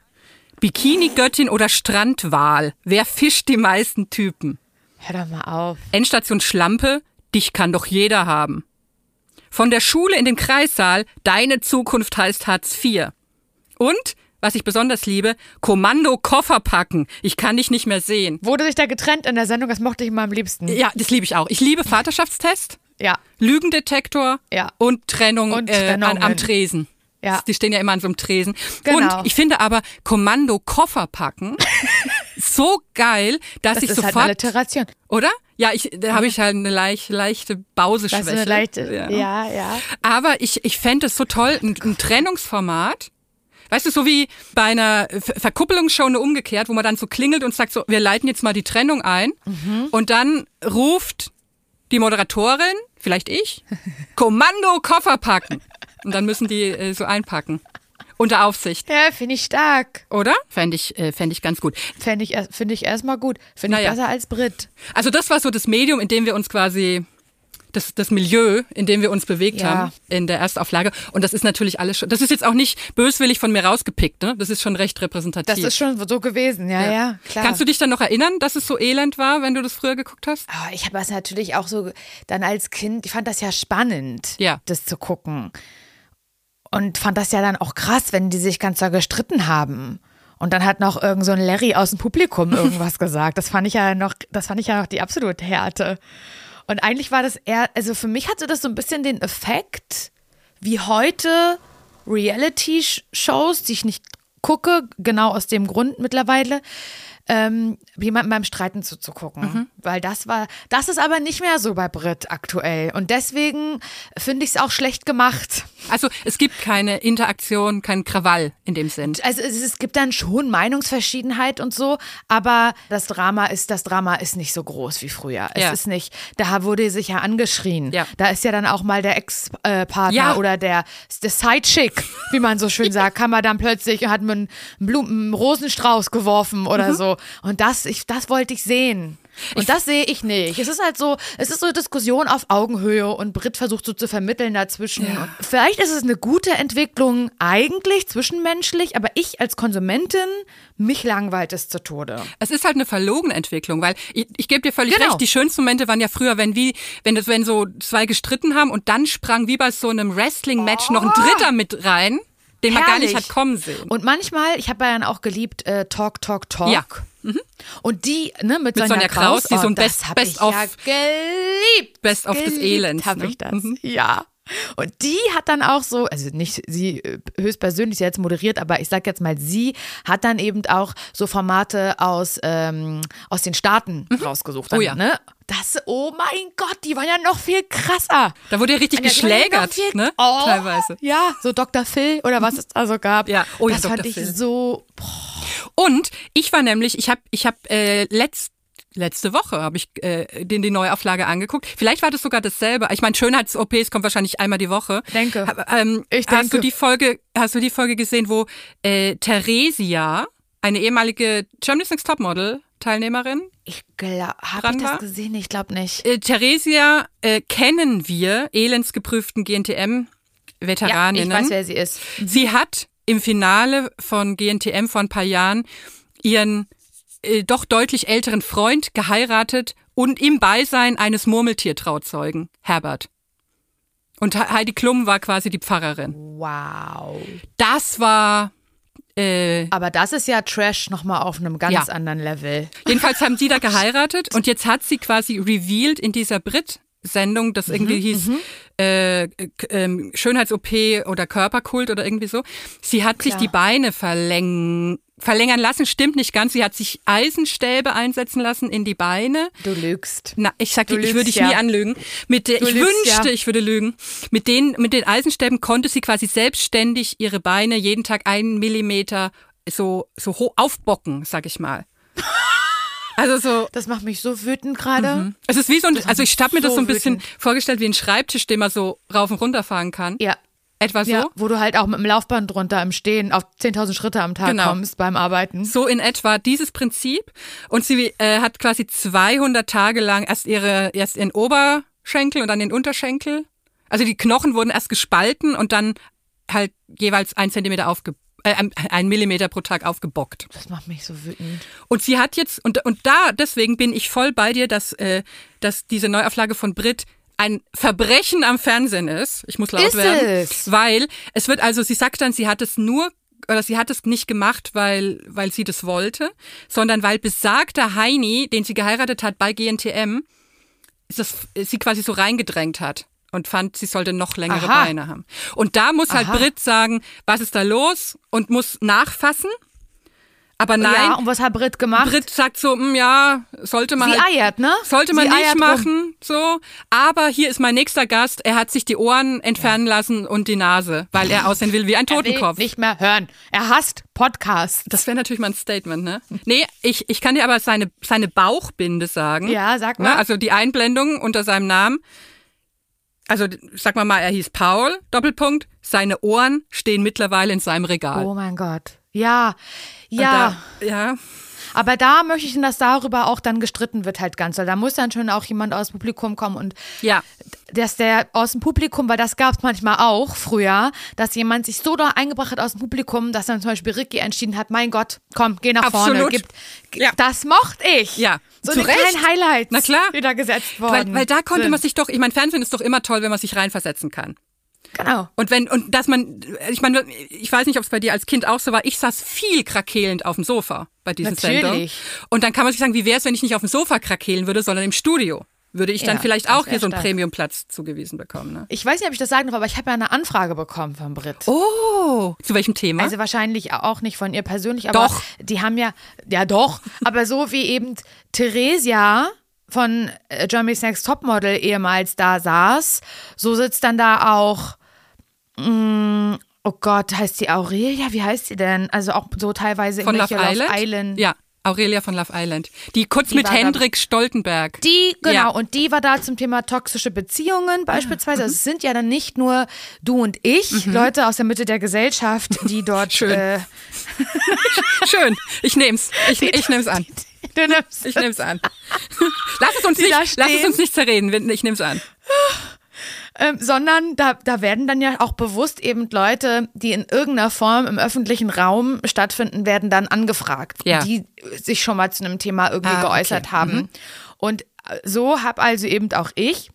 E: Bikini-Göttin oder Strandwal? Wer fischt die meisten Typen?
F: Hör doch mal auf.
E: Endstation Schlampe, dich kann doch jeder haben. Von der Schule in den Kreissaal, deine Zukunft heißt Hartz IV. Und, was ich besonders liebe, Kommando Koffer packen, ich kann dich nicht mehr sehen.
F: Wurde sich da getrennt in der Sendung, das mochte ich immer am liebsten.
E: Ja, das liebe ich auch. Ich liebe Vaterschaftstest,
F: Ja.
E: Lügendetektor
F: Ja.
E: und Trennung
F: Und
E: äh, an, am
F: Trennungen.
E: Tresen.
F: Ja.
E: Die stehen ja immer an so einem Tresen.
F: Genau.
E: Und ich finde aber Kommando Koffer packen so geil, dass
F: Das
E: ich
F: ist halt
E: sofort
F: eine Alliteration.
E: oder? Ja, ich, da habe ich halt eine leicht, leichte Bauseschwäche.
F: Das ist eine leichte. Ja, ja.
E: Aber ich, ich fände es so toll, ein, ein Trennungsformat. Weißt du, so wie bei einer Ver- Verkuppelungsshow eine umgekehrt, wo man dann so klingelt und sagt so, wir leiten jetzt mal die Trennung ein. Und dann ruft die Moderatorin, vielleicht ich, Kommando Koffer packen. Und dann müssen die äh, so einpacken. Unter Aufsicht,
F: Ja, finde ich stark.
E: oder? Fände ich, äh, fänd ich ganz gut.
F: Finde ich, erst- finde ich erstmal gut. Finde ich
E: Naja.
F: besser als Brit.
E: Also das war so das Medium, in dem wir uns quasi das, das Milieu, in dem wir uns bewegt
F: Ja.
E: haben in der Erstauflage. Und das ist natürlich alles schon, das ist jetzt auch nicht böswillig von mir rausgepickt, ne? Das ist schon recht repräsentativ.
F: Das ist schon so gewesen, ja, ja, klar.
E: Kannst du dich dann noch erinnern, dass es so elend war, wenn du das früher geguckt hast?
F: Aber ich habe das natürlich auch so dann als Kind, ich fand das ja spannend,
E: Ja.
F: das zu gucken. Und fand das ja dann auch krass, wenn die sich ganz doll gestritten haben. Und dann hat noch irgend so ein Larry aus dem Publikum irgendwas gesagt. Das fand ich ja noch, das fand ich ja noch die absolute Härte. Und eigentlich war das eher, also für mich hatte das so ein bisschen den Effekt, wie heute Reality-Shows, die ich nicht gucke, genau aus dem Grund mittlerweile, ähm, jemandem beim Streiten zuzugucken.
E: Mhm.
F: Weil das war, das ist aber nicht mehr so bei Brit aktuell. Und deswegen finde ich es auch schlecht gemacht.
E: Also es gibt keine Interaktion, kein Krawall in dem Sinn.
F: Also es, es gibt dann schon Meinungsverschiedenheit und so, aber das Drama ist, das Drama ist nicht so groß wie früher. Es
E: Ja.
F: ist nicht, da wurde sich ja angeschrien.
E: Ja.
F: Da ist ja dann auch mal der äh, Ex-Partner
E: Ja.
F: oder der, der Sidechick, wie man so schön sagt, kam er dann plötzlich und hat mir einen, Blumen, einen Rosenstrauß geworfen oder so. Und das, ich, das wollte ich sehen. Und das sehe ich nicht. Es ist halt so, es ist so eine Diskussion auf Augenhöhe und Brit versucht so zu vermitteln dazwischen. Und vielleicht ist es eine gute Entwicklung eigentlich zwischenmenschlich, aber ich als Konsumentin, mich langweilt es zu Tode.
E: Es ist halt eine verlogene Entwicklung, weil ich, ich gebe dir völlig
F: Genau.
E: recht, die schönsten Momente waren ja früher, wenn wie, wenn das, wenn so zwei gestritten haben und dann sprang wie bei so einem Wrestling-Match noch ein Dritter mit rein, den man gar nicht
F: Oh. Herrlich.
E: hat kommen sehen.
F: Und manchmal, ich habe ja dann auch geliebt, äh, Talk, Talk, Talk.
E: Ja. Mhm.
F: Und die, ne, mit,
E: Mit
F: Sonja,
E: Sonja Kraus, die so ein
F: oh, das
E: Best-
F: hab
E: Best
F: ich
E: of-
F: ja geliebt.
E: Best of des
F: geliebt
E: Elends,
F: Hab
E: ne?
F: ich das, ja. Und die hat dann auch so, also nicht sie äh, höchstpersönlich, sie hat jetzt moderiert, aber ich sag jetzt mal, sie hat dann eben auch so Formate aus, ähm, aus den Staaten rausgesucht. Dann,
E: Oh ja.
F: Ne? Das, oh mein Gott, die waren ja noch viel krasser.
E: Da wurde ja richtig
F: Anja, die waren ja noch
E: geschlägert,
F: viel-
E: ne?
F: Oh,
E: Teilweise.
F: Ja, so Dr. Phil oder was es da so gab.
E: Ja, oh ja,
F: das
E: Dr.
F: fand ich
E: Phil.
F: so
E: Und ich war nämlich, ich habe ich hab, äh, letzt, letzte Woche habe ich äh, den, die Neuauflage angeguckt. Vielleicht war das sogar dasselbe. Ich meine, Schönheits-OPs kommt wahrscheinlich einmal die Woche.
F: Denke.
E: Hab, ähm,
F: Ich
E: Hast du
F: denke.
E: die Folge, hast du die Folge gesehen, wo äh, Theresia, eine ehemalige Germany's Next Topmodel Teilnehmerin,
F: Ich glaube, habe
E: dran
F: ich das
E: war?
F: gesehen? Ich glaube nicht.
E: äh, Theresia äh, kennen wir, elendsgeprüften GNTM-Veteraninnen.
F: ich weiß, wer sie ist.
E: Sie hat im Finale von GNTM vor ein paar Jahren ihren äh, doch deutlich älteren Freund geheiratet und im Beisein eines Murmeltiertrauzeugen, Herbert. Und He- Heidi Klum war quasi die Pfarrerin.
F: Wow.
E: Das war. Äh,
F: Aber das ist ja Trash nochmal auf einem ganz
E: Ja.
F: anderen Level.
E: jedenfalls haben die da geheiratet und jetzt hat sie quasi revealed in dieser Brit-Sendung, das irgendwie hieß äh, K- ähm, Schönheits-OP oder Körperkult oder irgendwie so. Sie hat sich die Beine verläng verlängern lassen, stimmt nicht ganz. Sie hat sich Eisenstäbe einsetzen lassen in die Beine.
F: Du lügst.
E: Na, ich sag dir,
F: Du
E: ich würde
F: lügst,
E: dich
F: ja.
E: nie anlügen. Mit der,
F: Du
E: ich
F: lügst,
E: wünschte,
F: ja.
E: ich würde lügen. Mit den, mit den Eisenstäben konnte sie quasi selbstständig ihre Beine jeden Tag einen Millimeter so, so hoch aufbocken, sag ich mal. Also so,
F: Das macht mich so wütend gerade.
E: es ist wie so ein, also ich habe mir das
F: so
E: so ein bisschen
F: wütend.
E: vorgestellt wie ein Schreibtisch, den man so rauf und runter fahren kann.
F: Ja.
E: Etwa so.
F: Ja, wo du halt auch mit dem Laufband drunter im Stehen auf 10.000 Schritte am Tag
E: Genau.
F: kommst beim Arbeiten.
E: So in etwa dieses Prinzip. Und sie äh, hat quasi 200 Tage lang erst, ihre, erst ihren Oberschenkel und dann den Unterschenkel. Also die Knochen wurden erst gespalten und dann halt jeweils ein Zentimeter aufge äh, ein- ein Millimeter pro Tag aufgebockt.
F: Das macht mich so wütend.
E: Und sie hat jetzt, und, und da, deswegen bin ich voll bei dir, dass, äh, dass diese Neuauflage von Brit ein Verbrechen am Fernsehen ist. Ich muss laut
F: Ist
E: werden.
F: es?
E: Weil es wird also, sie sagt dann, sie hat es nur, oder sie hat es nicht gemacht, weil, weil sie das wollte, sondern weil besagter Heini, den sie geheiratet hat bei GNTM, das, sie quasi so reingedrängt hat und fand, sie sollte noch längere
F: Aha.
E: Beine haben. Und da muss halt Brit sagen, was ist da los und muss nachfassen. Aber nein,
F: Ja, und was hat Brit gemacht?
E: Brit sagt so, "Hm, ja, sollte man.
F: Sie
E: halt,
F: eiert, ne?
E: Sollte man
F: Sie
E: nicht
F: eiert rum.
E: machen, so. Aber hier ist mein nächster Gast. Er hat sich die Ohren entfernen lassen und die Nase, weil er aussehen will wie ein
F: Er will
E: Totenkopf.
F: nicht mehr hören. Er hasst Podcasts.
E: Das wäre natürlich mal ein Statement, ne? Nee, ich, ich kann dir aber seine, seine Bauchbinde sagen.
F: Ja, sag mal.
E: Ne? Also die Einblendung unter seinem Namen. Also, sag mal mal, er hieß Paul, Doppelpunkt. Seine Ohren stehen mittlerweile in seinem Regal.
F: Oh mein Gott. Ja,
E: Und
F: ja.
E: Da, ja.
F: Aber da möchte ich, dass darüber auch dann gestritten wird halt ganz. Weil da muss dann schon auch jemand aus dem Publikum kommen und
E: Ja.
F: dass der aus dem Publikum, weil das gab es manchmal auch früher, dass jemand sich so da eingebracht hat aus dem Publikum, dass dann zum Beispiel Ricky entschieden hat, mein Gott, komm, geh nach vorne.
E: Absolut.
F: Gib, g-
E: Ja.
F: Das mochte ich.
E: Ja.
F: So
E: Zu
F: die
E: Recht.
F: kleinen Highlights,
E: Na klar.
F: die da gesetzt worden
E: Weil, weil da konnte
F: sind.
E: man sich doch, ich meine, Fernsehen ist doch immer toll, wenn man sich reinversetzen kann.
F: Genau.
E: Und wenn, und dass man, ich meine, ich weiß nicht, ob es bei dir als Kind auch so war, ich saß viel krakelend auf dem Sofa bei diesen
F: Natürlich.
E: Sendungen. Und dann kann man sich sagen, wie wäre es, wenn ich nicht auf dem Sofa krakeelen würde, sondern im Studio? Würde ich dann
F: Ja,
E: vielleicht
F: das
E: auch
F: wär
E: hier so einen
F: stark.
E: Premiumplatz zugewiesen bekommen. Ne?
F: Ich weiß nicht, ob ich das sagen darf, aber ich habe ja eine Anfrage bekommen von Brit.
E: Oh, zu welchem Thema?
F: Also wahrscheinlich auch nicht von ihr persönlich, aber
E: Doch.
F: die haben ja, ja doch, aber so wie eben Theresia von äh, Jeremy's Next Topmodel ehemals da saß, so sitzt dann da auch, mh, oh Gott, heißt die Aurelia, wie heißt sie denn? Also auch so teilweise
E: von Love
F: irgendwelche
E: Island? Ja, Aurelia von Love Island. Die kurz mit
F: war da-
E: Hendrik Stoltenberg.
F: Die, genau,
E: Ja. Mhm.
F: und die war da zum Thema toxische Beziehungen beispielsweise. Also es sind ja dann nicht nur du und ich, Leute aus der Mitte der Gesellschaft, die dort
E: Schön.
F: Äh,
E: Schön, ich nehm's. Ich, ich nehm's an.
F: du nimmst
E: Ich nehm's an. Lass es uns,
F: Die
E: nicht,
F: da
E: lass es
F: stehen.
E: uns nicht zerreden. Ich nehm's an.
F: ähm, sondern da, da werden dann ja auch bewusst eben Leute, die in irgendeiner Form im öffentlichen Raum stattfinden, werden dann angefragt,
E: Ja.
F: die sich schon mal zu einem Thema irgendwie
E: Ah,
F: geäußert
E: okay.
F: haben. Und äh, so habe also eben auch ich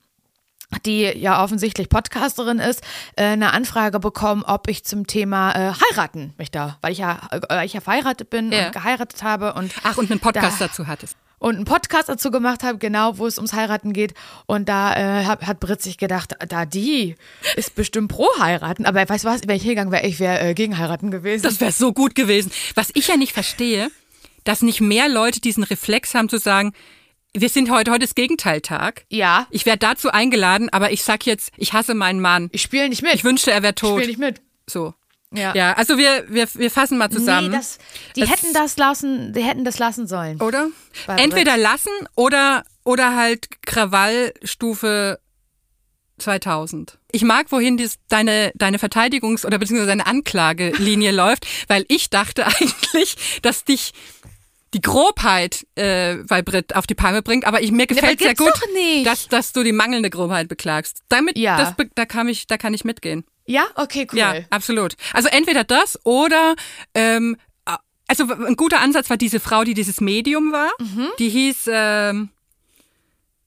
F: die ja offensichtlich Podcasterin ist, äh, eine Anfrage bekommen, ob ich zum Thema äh, heiraten mich da, weil ich ja, äh, weil ich ja verheiratet bin
E: Ja.
F: und geheiratet habe und
E: Ach, und einen Podcast
F: da,
E: dazu hattest.
F: und einen Podcast dazu gemacht habe, genau, wo es ums Heiraten geht. Und da äh, hab, hat Brit sich gedacht, da die ist bestimmt pro heiraten. Aber weißt du was, wenn ich hingegangen wäre, ich wäre äh, gegen heiraten gewesen.
E: Das wäre so gut gewesen. Was ich ja nicht verstehe, dass nicht mehr Leute diesen Reflex haben zu sagen, wir sind heute, heute ist Gegenteiltag.
F: ja,
E: Ich werde dazu eingeladen, aber ich sag jetzt, ich hasse meinen Mann.
F: ich spiele nicht mit.
E: Ich wünschte, er wäre
F: ich
E: tot.
F: spiele nicht mit.
E: So.
F: Ja.
E: Ja, also wir, wir, wir fassen mal zusammen.
F: Nee, das, die
E: Es- Oh.
F: hätten das lassen, die hätten das lassen sollen.
E: oder?
F: Bei
E: Entweder lassen oder, oder halt Krawallstufe 2000. Ich mag, wohin dies, deine, deine Verteidigungs- oder beziehungsweise deine Anklagelinie läuft, weil ich dachte eigentlich, dass dich die Grobheit äh, bei Brit auf die Palme bringt, aber ich, mir gefällt sehr
F: gibt's
E: gut,
F: doch nicht.
E: Dass, dass du die mangelnde Grobheit beklagst. Damit,
F: Ja.
E: das, be- da, kann ich, da kann ich mitgehen.
F: Ja, okay, cool.
E: Ja, absolut. Also entweder das oder ähm, a- also w- ein guter Ansatz war diese Frau, die dieses Medium war.
F: Mhm.
E: Die hieß ähm,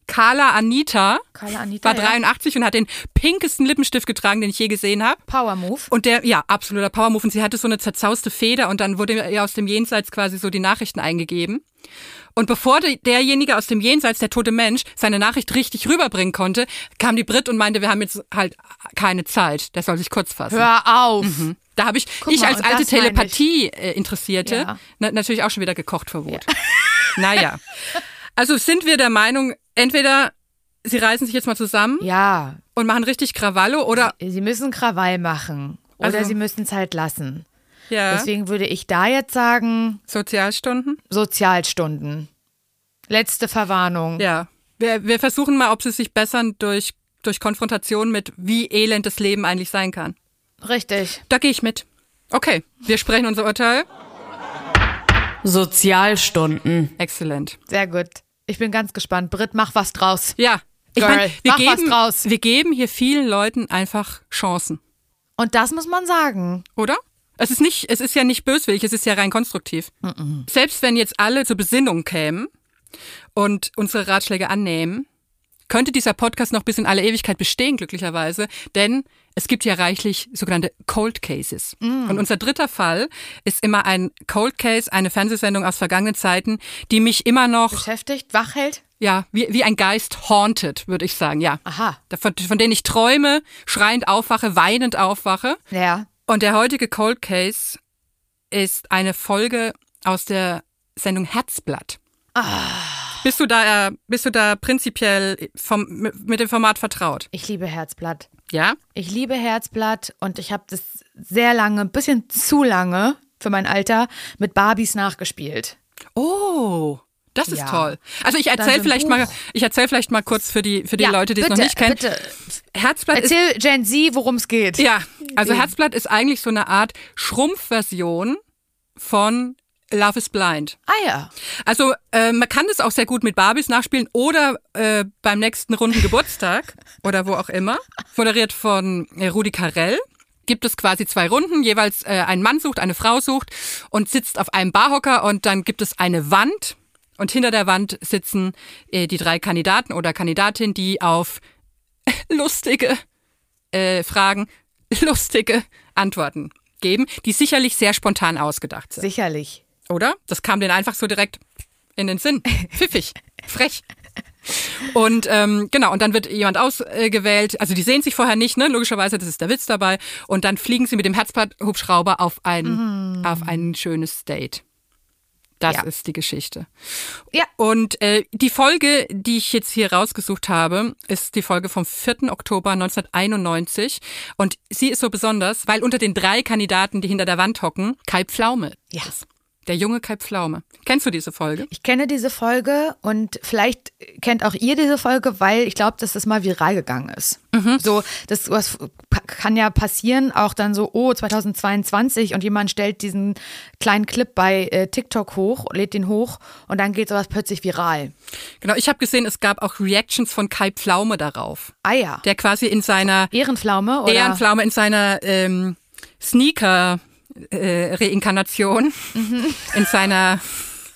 E: Carla Anita,
F: Carla Anita,
E: war
F: ja.
E: 83 und hat den pinkesten Lippenstift getragen, den ich je gesehen habe.
F: Power Move.
E: Und der, ja, absoluter Powermove. Und sie hatte so eine zerzauste Feder und dann wurde ihr aus dem Jenseits quasi so die Nachrichten eingegeben. Und bevor de- derjenige aus dem Jenseits, der tote Mensch, seine Nachricht richtig rüberbringen konnte, kam die Brit und meinte, wir haben jetzt halt keine Zeit. Der soll sich kurz fassen.
F: Hör auf.
E: Da habe ich, ich
F: mal,
E: als
F: und
E: alte
F: das meine ich.
E: Telepathie-Interessierte,
F: Ja.
E: na, natürlich auch schon wieder gekocht vor Wut. Naja. Also sind wir der Meinung, entweder sie reißen sich jetzt mal zusammen
F: Ja,
E: und machen richtig Krawallo oder,
F: sie müssen Krawall machen. Oder
E: Also-
F: sie müssen es halt lassen.
E: ja,
F: Deswegen würde ich da jetzt sagen,
E: Sozialstunden?
F: Sozialstunden. Letzte Verwarnung.
E: Ja. Wir, wir versuchen mal, ob sie sich bessern durch, durch Konfrontation mit, wie elend das Leben eigentlich sein kann.
F: Richtig.
E: Da gehe ich mit. Okay, wir sprechen unser Urteil.
A: Sozialstunden.
E: Exzellent.
F: Sehr gut. Ich bin ganz gespannt. Brit, mach was draus.
E: Ja. Ich
F: Girl,
E: meine, wir,
F: mach was
E: geben-
F: draus.
E: wir geben hier vielen Leuten einfach Chancen,
F: Und das muss man sagen.
E: oder? Es ist nicht, es ist ja nicht böswillig, es ist ja rein konstruktiv. Selbst wenn jetzt alle zur Besinnung kämen und unsere Ratschläge annehmen, könnte dieser Podcast noch bis in alle Ewigkeit bestehen, glücklicherweise, denn es gibt ja reichlich sogenannte Cold Cases. Und unser dritter Fall ist immer ein Cold Case, eine Fernsehsendung aus vergangenen Zeiten, die mich immer noch
F: Beschäftigt, wach hält.
E: Ja, wie, wie ein Geist haunted, würde ich sagen, ja.
F: Aha.
E: Da- Von, von denen ich träume, schreiend aufwache, weinend aufwache.
F: Ja.
E: Und der heutige Cold Case ist eine Folge aus der Sendung Herzblatt.
F: Ah.
E: Bist du da, äh, bist du da prinzipiell vom, mit mit dem Format vertraut?
F: Ich liebe Herzblatt.
E: Ja?
F: Ich liebe Herzblatt und ich habe das sehr lange, ein bisschen zu lange für mein Alter, mit Barbies nachgespielt.
E: Oh, das ist
F: Ja.
E: toll. Also ich
F: so
E: erzähle
F: ein
E: vielleicht
F: Buch.
E: mal, ich erzähle vielleicht mal kurz für die, für die
F: Ja,
E: Leute, die es noch
F: bitte,
E: nicht kennen.
F: bitte.
E: Herzblatt ist
F: Erzähl Gen Z, worum es geht.
E: Ja, also Herzblatt ist eigentlich so eine Art Schrumpfversion von Love is Blind.
F: Ah ja.
E: Also äh, man kann das auch sehr gut mit Barbies nachspielen oder äh, beim nächsten runden Geburtstag oder wo auch immer. Moderiert von äh, Rudi Carell. Gibt es quasi zwei Runden, jeweils äh, ein Mann sucht, eine Frau sucht und sitzt auf einem Barhocker und dann gibt es eine Wand und hinter der Wand sitzen äh, die drei Kandidaten oder Kandidatin, die auf lustige äh, Fragen lustige Antworten geben, die sicherlich sehr spontan ausgedacht sind.
F: Sicherlich.
E: Oder? Das kam denen einfach so direkt in den Sinn. Pfiffig, frech. Und ähm, genau, und dann wird jemand ausgewählt, also die sehen sich vorher nicht, ne? Logischerweise, das ist der Witz dabei. Und dann fliegen sie mit dem Herzblatt-Hubschrauber auf ein, auf ein schönes Date. Das
F: Ja.
E: ist die Geschichte.
F: Ja.
E: Und äh, die Folge, die ich jetzt hier rausgesucht habe, ist die Folge vom 4. Oktober 1991. Und sie ist so besonders, weil unter den drei Kandidaten, die hinter der Wand hocken, Kai Pflaume
F: Ja.
E: ist. Der junge Kai Pflaume. Kennst du diese Folge?
F: Ich kenne diese Folge und vielleicht kennt auch ihr diese Folge, weil ich glaube, dass das mal viral gegangen ist.
E: Mhm.
F: So, das was pa- kann ja passieren, auch dann so, oh, 2022 und jemand stellt diesen kleinen Clip bei äh, TikTok hoch, lädt den hoch und dann geht sowas plötzlich viral.
E: Genau, ich habe gesehen, es gab auch Reactions von Kai Pflaume darauf.
F: Ah ja.
E: Der quasi in seiner
F: Ehrenpflaume oder?
E: Ehrenpflaume, in seiner ähm, Sneaker-Reinkarnation,
F: Mhm.
E: in seiner,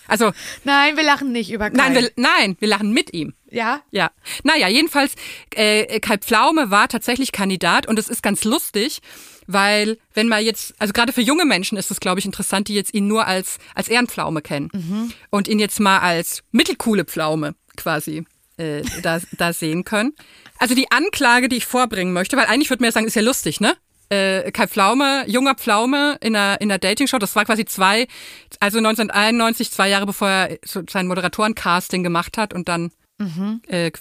E: also
F: Nein, wir lachen nicht über Kai.
E: nein, wir, nein, wir lachen mit ihm.
F: ja?
E: Ja. Naja, jedenfalls, äh, Kai Pflaume war tatsächlich Kandidat und es ist ganz lustig, weil wenn man jetzt, also gerade für junge Menschen ist es, glaube ich, interessant, die jetzt ihn nur als, als Ehrenpflaume kennen und ihn jetzt mal als mittelcoole Pflaume quasi äh, da, da sehen können. Also die Anklage, die ich vorbringen möchte, weil eigentlich würde man ja sagen, ist ja lustig, ne? Äh, Kai Pflaume, junger Pflaume in einer, in einer Dating-Show, das war quasi zwei, also 1991, zwei Jahre bevor er so sein Moderatoren-Casting gemacht hat und dann äh,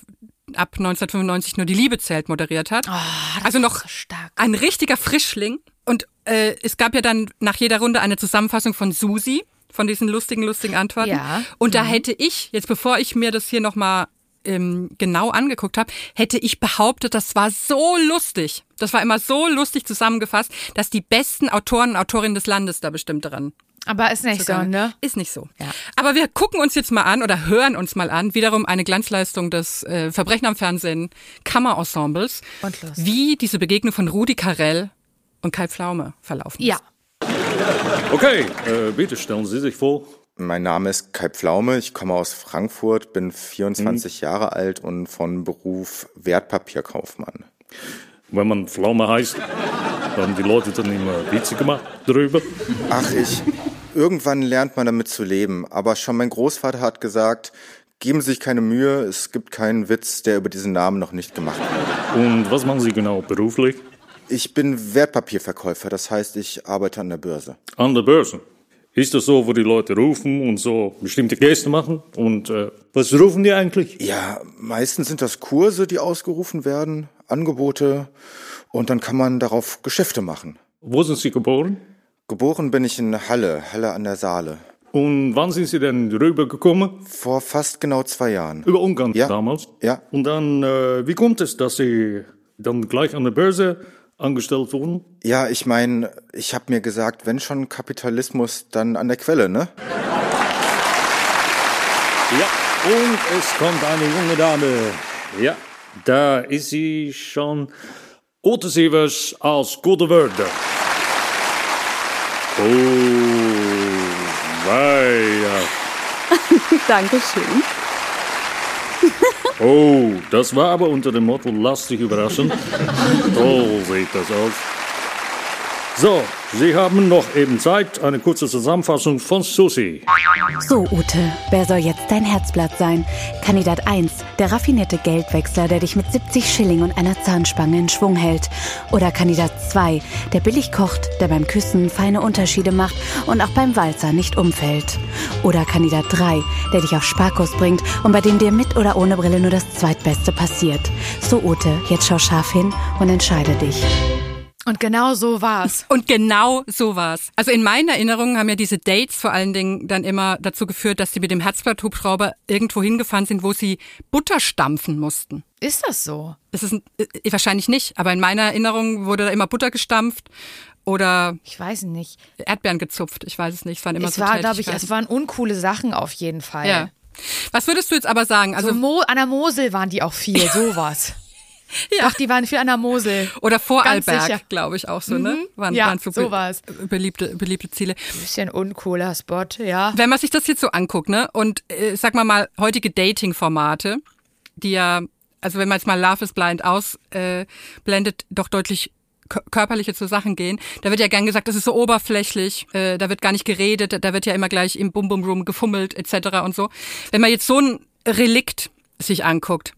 E: ab 1995 nur die Liebe zählt moderiert
F: Oh,
E: hat. also noch
F: stark.
E: ein richtiger Frischling. Und äh, es gab ja dann nach jeder Runde eine Zusammenfassung von Susi, von diesen lustigen, lustigen Antworten.
F: Ja. Mhm.
E: Und da hätte ich, jetzt bevor ich mir das hier nochmal ähm, genau angeguckt habe, hätte ich behauptet, das war so lustig. Das war immer so lustig zusammengefasst, dass die besten Autoren und Autorinnen des Landes da bestimmt dran
F: Aber ist nicht so,
E: gegangen.
F: ne?
E: Ist nicht so.
F: Ja.
E: Aber wir gucken uns jetzt mal an oder hören uns mal an, wiederum eine Glanzleistung des äh, Verbrechen am Fernsehen Kammerensembles,
F: Und los.
E: wie diese Begegnung von Rudi Carell und Kai Pflaume verlaufen.
F: Ja.
K: Okay, äh, bitte stellen Sie sich vor.
L: Mein Name ist Kai Pflaume, ich komme aus Frankfurt, bin
K: Mhm.
L: 24 Jahre alt und von Beruf Wertpapierkaufmann.
K: Wenn man Pflaume heißt, haben die Leute dann immer Witze gemacht drüber.
L: Ach, ich irgendwann lernt man damit zu leben. Aber schon mein Großvater hat gesagt, geben Sie sich keine Mühe, es gibt keinen Witz, der über diesen Namen noch nicht gemacht wurde.
K: Und was machen Sie genau beruflich?
L: Ich bin Wertpapierverkäufer, das heißt, ich arbeite an der Börse.
K: An der Börse? Ist das so, wo die Leute rufen und so bestimmte Geste machen? Und äh, was rufen die eigentlich?
L: Ja, meistens sind das Kurse, die ausgerufen werden, Angebote und dann kann man darauf Geschäfte machen.
K: Wo sind Sie geboren?
L: Geboren bin ich in Halle, Halle an der Saale.
K: Und wann sind Sie denn rübergekommen?
L: Vor fast genau zwei Jahren.
K: Über Ungarn
L: ja.
K: damals?
L: Ja.
K: Und dann, äh, wie kommt es, dass Sie dann gleich an der Börse angestellt wurden?
L: Ja, ich meine, ich habe mir gesagt, wenn schon Kapitalismus, dann an der Quelle, ne?
K: Ja, und es kommt eine junge Dame. Ja, da ist sie schon. Otis Evers als gute Wörter. Oh, weia.
M: Dankeschön.
K: Oh, das war aber unter dem Motto Lass dich überraschen. Toll sieht das aus. So, Sie haben noch eben Zeit. Eine kurze Zusammenfassung von Susi.
G: So, Ute, wer soll jetzt dein Herzblatt sein? Kandidat 1, der raffinierte Geldwechsler, der dich mit 70 Schilling und einer Zahnspange in Schwung hält. Oder Kandidat 2, der billig kocht, der beim Küssen feine Unterschiede macht und auch beim Walzer nicht umfällt. Oder Kandidat 3, der dich auf Sparkurs bringt und bei dem dir mit oder ohne Brille nur das Zweitbeste passiert. So, Ute, jetzt schau scharf hin und entscheide dich.
F: Und genau so war's.
E: Und genau so war's. Also in meinen Erinnerungen haben ja diese Dates vor allen Dingen dann immer dazu geführt, dass sie mit dem Herzblatt-Hubschrauber irgendwo hingefahren sind, wo sie Butter stampfen mussten.
F: Ist das so?
E: Das ist äh, wahrscheinlich nicht, aber in meiner Erinnerung wurde da immer Butter gestampft oder
F: ich weiß nicht
E: Erdbeeren gezupft. Ich weiß es nicht. Es waren immer
F: es
E: so
F: war,
E: Tätigkeiten.
F: glaube ich, es waren uncoole Sachen auf jeden Fall.
E: Ja. Was würdest du jetzt aber sagen?
F: Also
E: Also
F: Mo an der Mosel waren die auch viel, sowas.
E: Ja.
F: Doch, die waren viel an der Mosel.
E: oder
F: Ganz sicher.
E: Vorarlberg, glaube ich auch so, ne?
F: Mhm.
E: Waren,
F: Ja,
E: waren so, be-
F: so war's.
E: beliebte beliebte Ziele.
F: Bisschen uncooler Spot, ja.
E: Wenn man sich das jetzt so anguckt, ne? Und äh, sag mal mal heutige Dating-Formate, die ja, also wenn man jetzt mal Love is Blind ausblendet, äh, blendet, doch deutlich kö- körperliche zu Sachen gehen. Da wird ja gern gesagt, das ist so oberflächlich, äh, da wird gar nicht geredet, da wird ja immer gleich im Bum Bum Room gefummelt etc. und so. Wenn man jetzt so ein Relikt sich anguckt,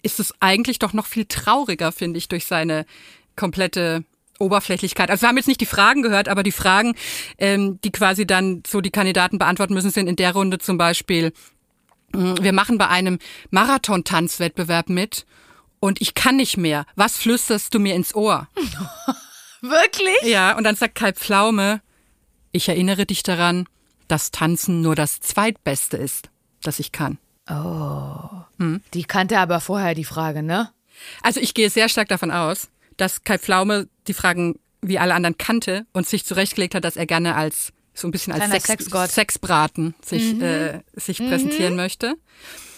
E: ist es eigentlich doch noch viel trauriger, finde ich, durch seine komplette Oberflächlichkeit. Also wir haben jetzt nicht die Fragen gehört, aber die Fragen, ähm, die quasi dann so die Kandidaten beantworten müssen, sind in der Runde zum Beispiel, mh, wir machen bei einem Marathon-Tanzwettbewerb mit und ich kann nicht mehr. Was flüsterst du mir ins Ohr?
F: Wirklich?
E: Ja, und dann sagt Kai Pflaume, ich erinnere dich daran, dass Tanzen nur das Zweitbeste ist, das ich kann.
F: Oh. Die kannte aber vorher die Frage, ne?
E: Also ich gehe sehr stark davon aus, dass Kai Pflaume die Fragen wie alle anderen kannte und sich zurechtgelegt hat, dass er gerne als so ein bisschen als
F: Kleiner
E: Sex,
F: Sexgott.
E: Sexbraten sich,
F: Mhm.
E: äh, sich präsentieren möchte.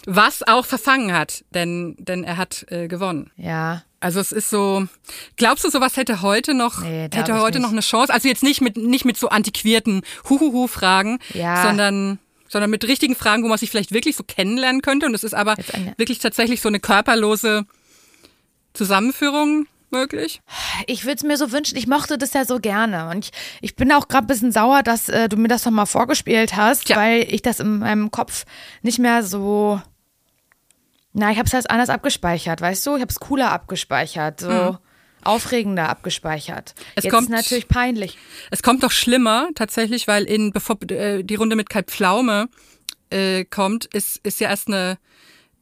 E: Was auch verfangen hat, denn, denn er hat äh, gewonnen.
F: Ja.
E: Also es ist so, glaubst du, sowas hätte heute noch,
F: Nee, glaub
E: hätte
F: ich
E: heute
F: nicht.
E: noch eine Chance? Also jetzt nicht mit, nicht mit so antiquierten Huhuhu-Fragen,
F: Ja.
E: sondern, sondern mit richtigen Fragen, wo man sich vielleicht wirklich so kennenlernen könnte. Und es ist aber
F: eine-
E: wirklich tatsächlich so eine körperlose Zusammenführung möglich.
F: Ich würde es mir so wünschen, ich mochte das ja so gerne. Und ich, ich bin auch gerade ein bisschen sauer, dass äh, du mir das nochmal vorgespielt hast, weil ich das in meinem Kopf nicht mehr so. Na, ich habe es halt anders abgespeichert, weißt du? Ich habe es cooler abgespeichert, so
E: Mhm.
F: aufregender abgespeichert.
E: Es
F: Jetzt
E: kommt-
F: ist natürlich peinlich.
E: Es kommt doch schlimmer tatsächlich, weil in bevor äh, die Runde mit Kai Pflaume äh, kommt, ist, ist ja erst eine,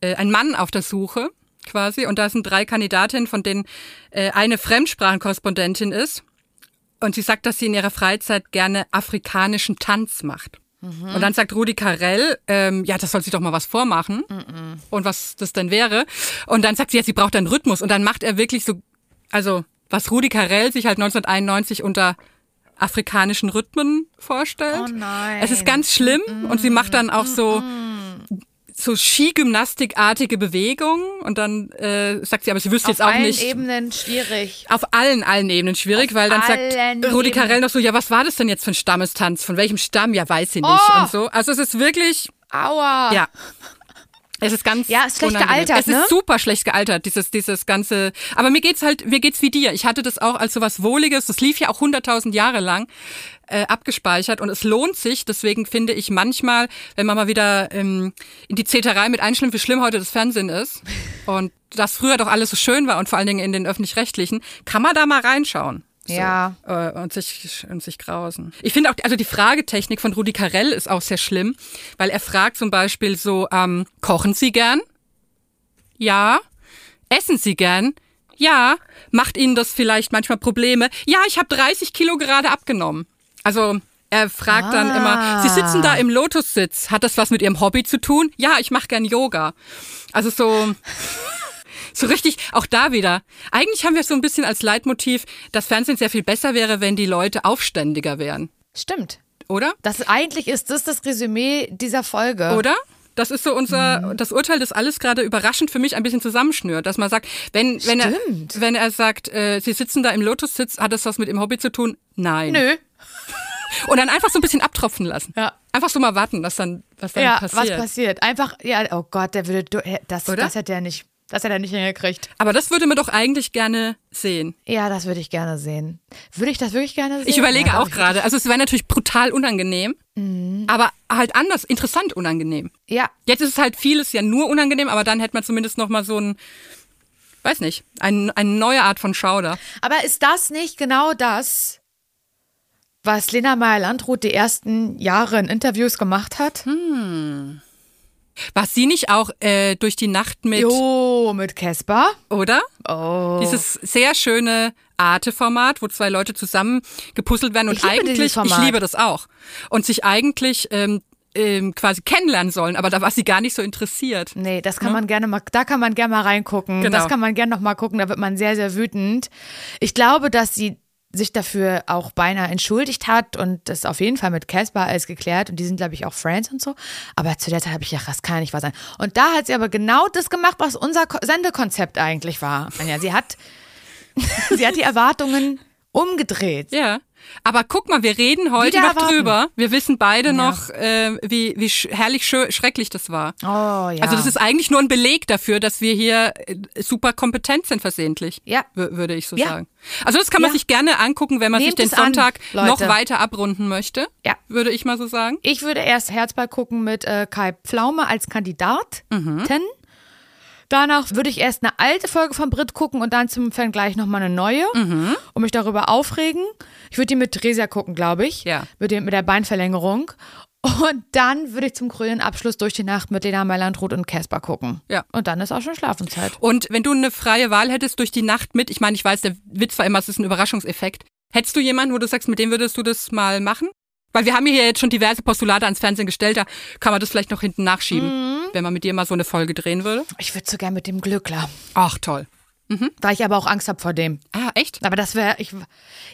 E: äh, ein Mann auf der Suche quasi und da sind drei Kandidatinnen, von denen äh, eine Fremdsprachenkorrespondentin ist und sie sagt, dass sie in ihrer Freizeit gerne afrikanischen Tanz macht.
F: Mhm.
E: Und dann sagt Rudi Carell, ähm, ja, das soll sie doch mal was vormachen und was das denn wäre. Und dann sagt sie, ja, sie braucht einen Rhythmus. Und dann macht er wirklich so, also was Rudi Carell sich halt 1991 unter afrikanischen Rhythmen vorstellt.
F: Oh nein.
E: Es ist ganz schlimm und sie macht dann auch so so Skigymnastikartige Bewegungen und dann äh, sagt sie, aber sie wüsste
F: Auf
E: jetzt auch
F: allen
E: nicht.
F: Ebenen schwierig.
E: Auf allen, allen Ebenen schwierig, weil dann sagt
F: allen
E: Rudi
F: Ebenen.
E: Carell noch so, ja, was war das denn jetzt für ein Stammestanz? Von welchem Stamm? Ja, weiß sie nicht.
F: Oh!
E: Und so. Also es ist wirklich,
F: Aua.
E: ja. Es ist ganz
F: ja, ist schlecht
E: unangenehm.
F: gealtert,
E: Es
F: ne?
E: ist super schlecht gealtert, dieses dieses ganze. Aber mir geht's halt, mir geht's wie dir. Ich hatte das auch als so was Wohliges. Das lief ja auch 100.000 Jahre lang äh, abgespeichert und es lohnt sich. Deswegen finde ich manchmal, wenn man mal wieder ähm, in die Zeterei mit einschlimm, wie schlimm heute das Fernsehen ist und das früher doch alles so schön war und vor allen Dingen in den öffentlich-rechtlichen, kann man da mal reinschauen. So,
F: Ja.
E: Äh, und, sich, und sich grausen. Ich finde auch, also die Fragetechnik von Rudi Carell ist auch sehr schlimm, weil er fragt zum Beispiel so, ähm, kochen Sie gern? Ja. Essen Sie gern? Ja. Macht Ihnen das vielleicht manchmal Probleme? Ja, ich habe 30 Kilo gerade abgenommen. Also er fragt dann immer, Sie sitzen da im Lotussitz. Hat das was mit Ihrem Hobby zu tun? Ja, ich mache gern Yoga. Also so... So richtig, auch da wieder. Eigentlich haben wir so ein bisschen als Leitmotiv, dass Fernsehen sehr viel besser wäre, wenn die Leute aufständiger wären.
F: Stimmt.
E: Oder?
F: Das eigentlich ist das das Resümee dieser Folge.
E: Oder? Das ist so unser,
F: Mhm.
E: das Urteil, das alles gerade überraschend für mich ein bisschen zusammenschnürt, dass man sagt, wenn, wenn er,
F: Stimmt.
E: wenn er sagt, äh, sie sitzen da im Lotussitz, hat das was mit dem Hobby zu tun? Nein.
F: Nö.
E: Und dann einfach so ein bisschen abtropfen lassen.
F: Ja.
E: Einfach so mal warten, was dann, was dann
F: ja,
E: passiert.
F: was passiert? Einfach, ja, oh Gott, der würde, du- das,
E: Oder?
F: das hätte er nicht, das hätte er nicht hingekriegt.
E: Aber das würde man doch eigentlich gerne sehen.
F: Ja, das würde ich gerne sehen. Würde ich das wirklich gerne sehen?
E: Ich überlege
F: ja, glaub
E: auch gerade. Also es wäre natürlich brutal unangenehm,
F: Mhm.
E: aber halt anders, interessant unangenehm.
F: Ja.
E: Jetzt ist es halt vieles ja nur unangenehm, aber dann hätte man zumindest noch mal so ein, weiß nicht, ein, eine neue Art von Schauder.
F: Aber ist das nicht genau das, was Lena Meyer-Landrut die ersten Jahre in Interviews gemacht hat?
E: War sie nicht auch äh, durch die Nacht mit,
F: Jo, mit Casper.
E: oder?
F: Oh.
E: Dieses sehr schöne Arte-Format, wo zwei Leute zusammen gepuzzelt werden und
F: Ich liebe
E: eigentlich,
F: dieses Format.
E: ich liebe das auch, und sich eigentlich ähm, ähm, quasi kennenlernen sollen, aber da war sie gar nicht so interessiert.
F: Nee, das kann man gerne mal, da kann man gerne mal reingucken.
E: Ne? Genau.
F: Das kann man gerne noch mal gucken, da wird man sehr, sehr wütend. Ich glaube, dass sie sich dafür auch beinahe entschuldigt hat und das auf jeden Fall mit Casper alles geklärt und die sind, glaube ich, auch Friends und so. Aber zu der Zeit habe ich gedacht, das kann nicht wahr sein. Und da hat sie aber genau das gemacht, was unser Ko Sendekonzept eigentlich war. Anja, sie hat, sie hat die Erwartungen umgedreht.
E: Ja. Aber guck mal, wir reden heute
F: Wieder
E: noch
F: erwarten.
E: drüber. Wir wissen beide noch, äh, wie, wie sch herrlich schö- schrecklich das war.
F: Oh ja.
E: Also das ist eigentlich nur ein Beleg dafür, dass wir hier äh, super kompetent sind versehentlich,
F: Ja.
E: wür- würde ich so
F: Ja.
E: sagen. Also das kann man
F: Ja.
E: sich gerne angucken, wenn man
F: Nehmt
E: sich
F: es
E: den
F: an,
E: Sonntag
F: Leute.
E: noch weiter abrunden möchte,
F: Ja.
E: würde ich mal so sagen.
F: Ich würde erst Herzball gucken mit äh, Kai Pflaume als Kandidaten. Danach würde ich erst eine alte Folge von Brit gucken und dann zum Vergleich nochmal eine neue und mich darüber aufregen. Ich würde die mit Dresia gucken, glaube ich.
E: Ja.
F: Mit, dem, mit der Beinverlängerung. Und dann würde ich zum grünen Abschluss durch die Nacht mit Lena Meiland-Roth und Casper gucken.
E: Ja.
F: Und dann ist auch schon Schlafenszeit.
E: Und wenn du eine freie Wahl hättest durch die Nacht mit, ich meine, ich weiß, der Witz war immer, es ist ein Überraschungseffekt. Hättest du jemanden, wo du sagst, mit dem würdest du das mal machen? Weil wir haben hier jetzt schon diverse Postulate ans Fernsehen gestellt, da kann man das vielleicht noch hinten
F: Mhm.
E: nachschieben, wenn man mit dir mal so eine Folge drehen würde.
F: Ich würde so gern mit dem Glückler.
E: Ach, toll.
F: Weil ich aber auch Angst habe vor dem.
E: Ah, echt?
F: Aber das wäre, ich,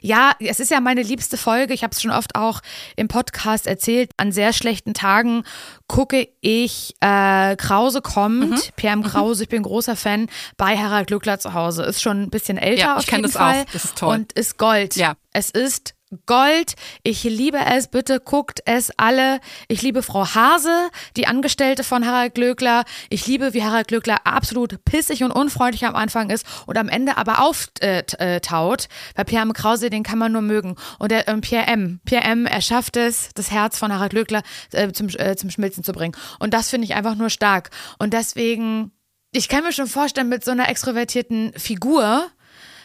F: ja, es ist ja meine liebste Folge. Ich habe es schon oft auch im Podcast erzählt. An sehr schlechten Tagen gucke ich äh, Krause kommt,
E: Mhm.
F: PM Krause, ich bin großer Fan, bei Harald Glückler zu Hause. Ist schon ein bisschen älter
E: Ja, ich
F: auf
E: kenn
F: jeden
E: das auch.
F: Fall.
E: Das ist toll.
F: Und ist Gold.
E: Ja.
F: Es ist Gold. Ich liebe es. Bitte guckt es alle. Ich liebe Frau Hase, die Angestellte von Harald Glöckler. Ich liebe, wie Harald Glöckler absolut pissig und unfreundlich am Anfang ist und am Ende aber auftaut. Äh, t- äh, taut. Bei Pierre M. Krause, den kann man nur mögen. Und der, ähm, Pierre M. Pierre M. Er schafft es, das Herz von Harald Glöckler äh, zum, äh, zum Schmilzen zu bringen. Und das finde ich einfach nur stark. Und deswegen, ich kann mir schon vorstellen, mit so einer extrovertierten Figur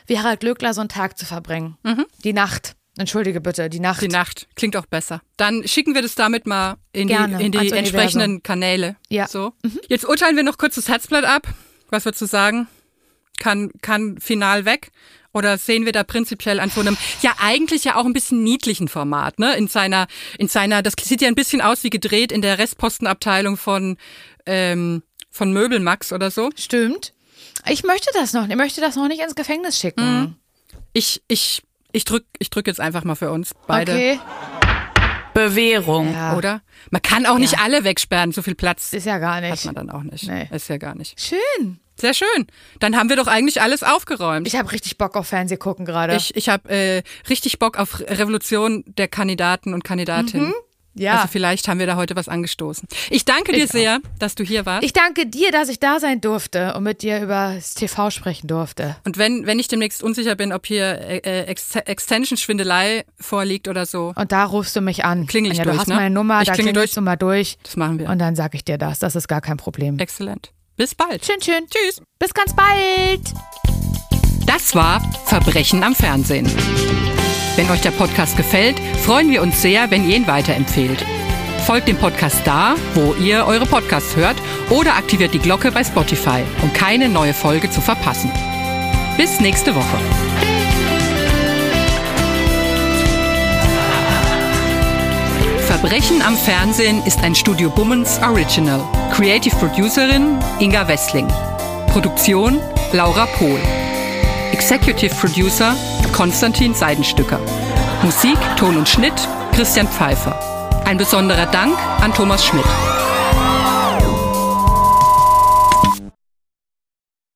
F: wie Harald Glöckler so einen Tag zu verbringen. Die Nacht. Entschuldige bitte, die Nacht.
E: Mhm. Die Nacht. Klingt auch besser. Dann schicken wir das damit mal in
F: Gerne,
E: die, in die
F: ans Universum.
E: entsprechenden Kanäle.
F: Ja. Mhm.
E: So. Jetzt urteilen wir noch kurz das Herzblatt ab. Was würdest du sagen? Kann, kann final weg? Oder sehen wir da prinzipiell an so einem, ja eigentlich ja auch ein bisschen niedlichen Format, ne? In seiner, in seiner, das sieht ja ein bisschen aus wie gedreht in der Restpostenabteilung von, ähm, von Möbelmax oder so.
F: Stimmt. Ich möchte das noch, ich möchte das noch nicht ins Gefängnis schicken.
E: Mhm, Ich, ich, ich drück, ich drück jetzt einfach mal für uns beide.
F: Okay,
A: Bewährung.
F: Ja.
E: Oder? Man kann auch nicht alle wegsperren, so viel Platz.
F: ist ja gar
E: Hat
F: nicht.
E: man dann auch nicht.
F: Nee.
E: Ist ja gar nicht.
F: Schön.
E: Sehr schön. Dann haben wir doch eigentlich alles aufgeräumt.
F: Ich habe richtig Bock auf Fernsehgucken gerade.
E: ich, ich habe äh, richtig Bock auf Revolution der Kandidaten und Kandidatinnen. Ja. Also vielleicht haben wir da heute was angestoßen. Ich danke dir ich sehr, auch. dass du hier warst.
F: Ich danke dir, dass ich da sein durfte und mit dir über das TV sprechen durfte.
E: Und wenn, wenn ich demnächst unsicher bin, ob hier äh, Ex Extension-Schwindelei vorliegt oder so.
F: Und da rufst du mich an.
E: Klingel ich
F: ja,
E: durch,
F: du hast
E: ne?
F: meine Nummer,
E: ich
F: da
E: klingel
F: durch. du mal durch.
E: Das machen wir.
F: Und dann sag ich dir das. Das ist gar kein Problem.
E: Exzellent. Bis bald.
F: Schön, schön.
E: Tschüss.
F: Bis ganz bald.
E: Das war Verbrechen am Fernsehen. Wenn euch der Podcast gefällt, freuen wir uns sehr, wenn ihr ihn weiterempfehlt. Folgt dem Podcast da, wo ihr eure Podcasts hört oder aktiviert die Glocke bei Spotify, um keine neue Folge zu verpassen. Bis nächste Woche. Verbrechen am Fernsehen ist ein Studio Bummens Original. Creative Producerin Inga Wessling. Produktion Laura Pohl. Executive Producer Konstantin Seidenstücker. Musik, Ton und Schnitt Christian Pfeiffer. Ein besonderer Dank an Thomas Schmidt.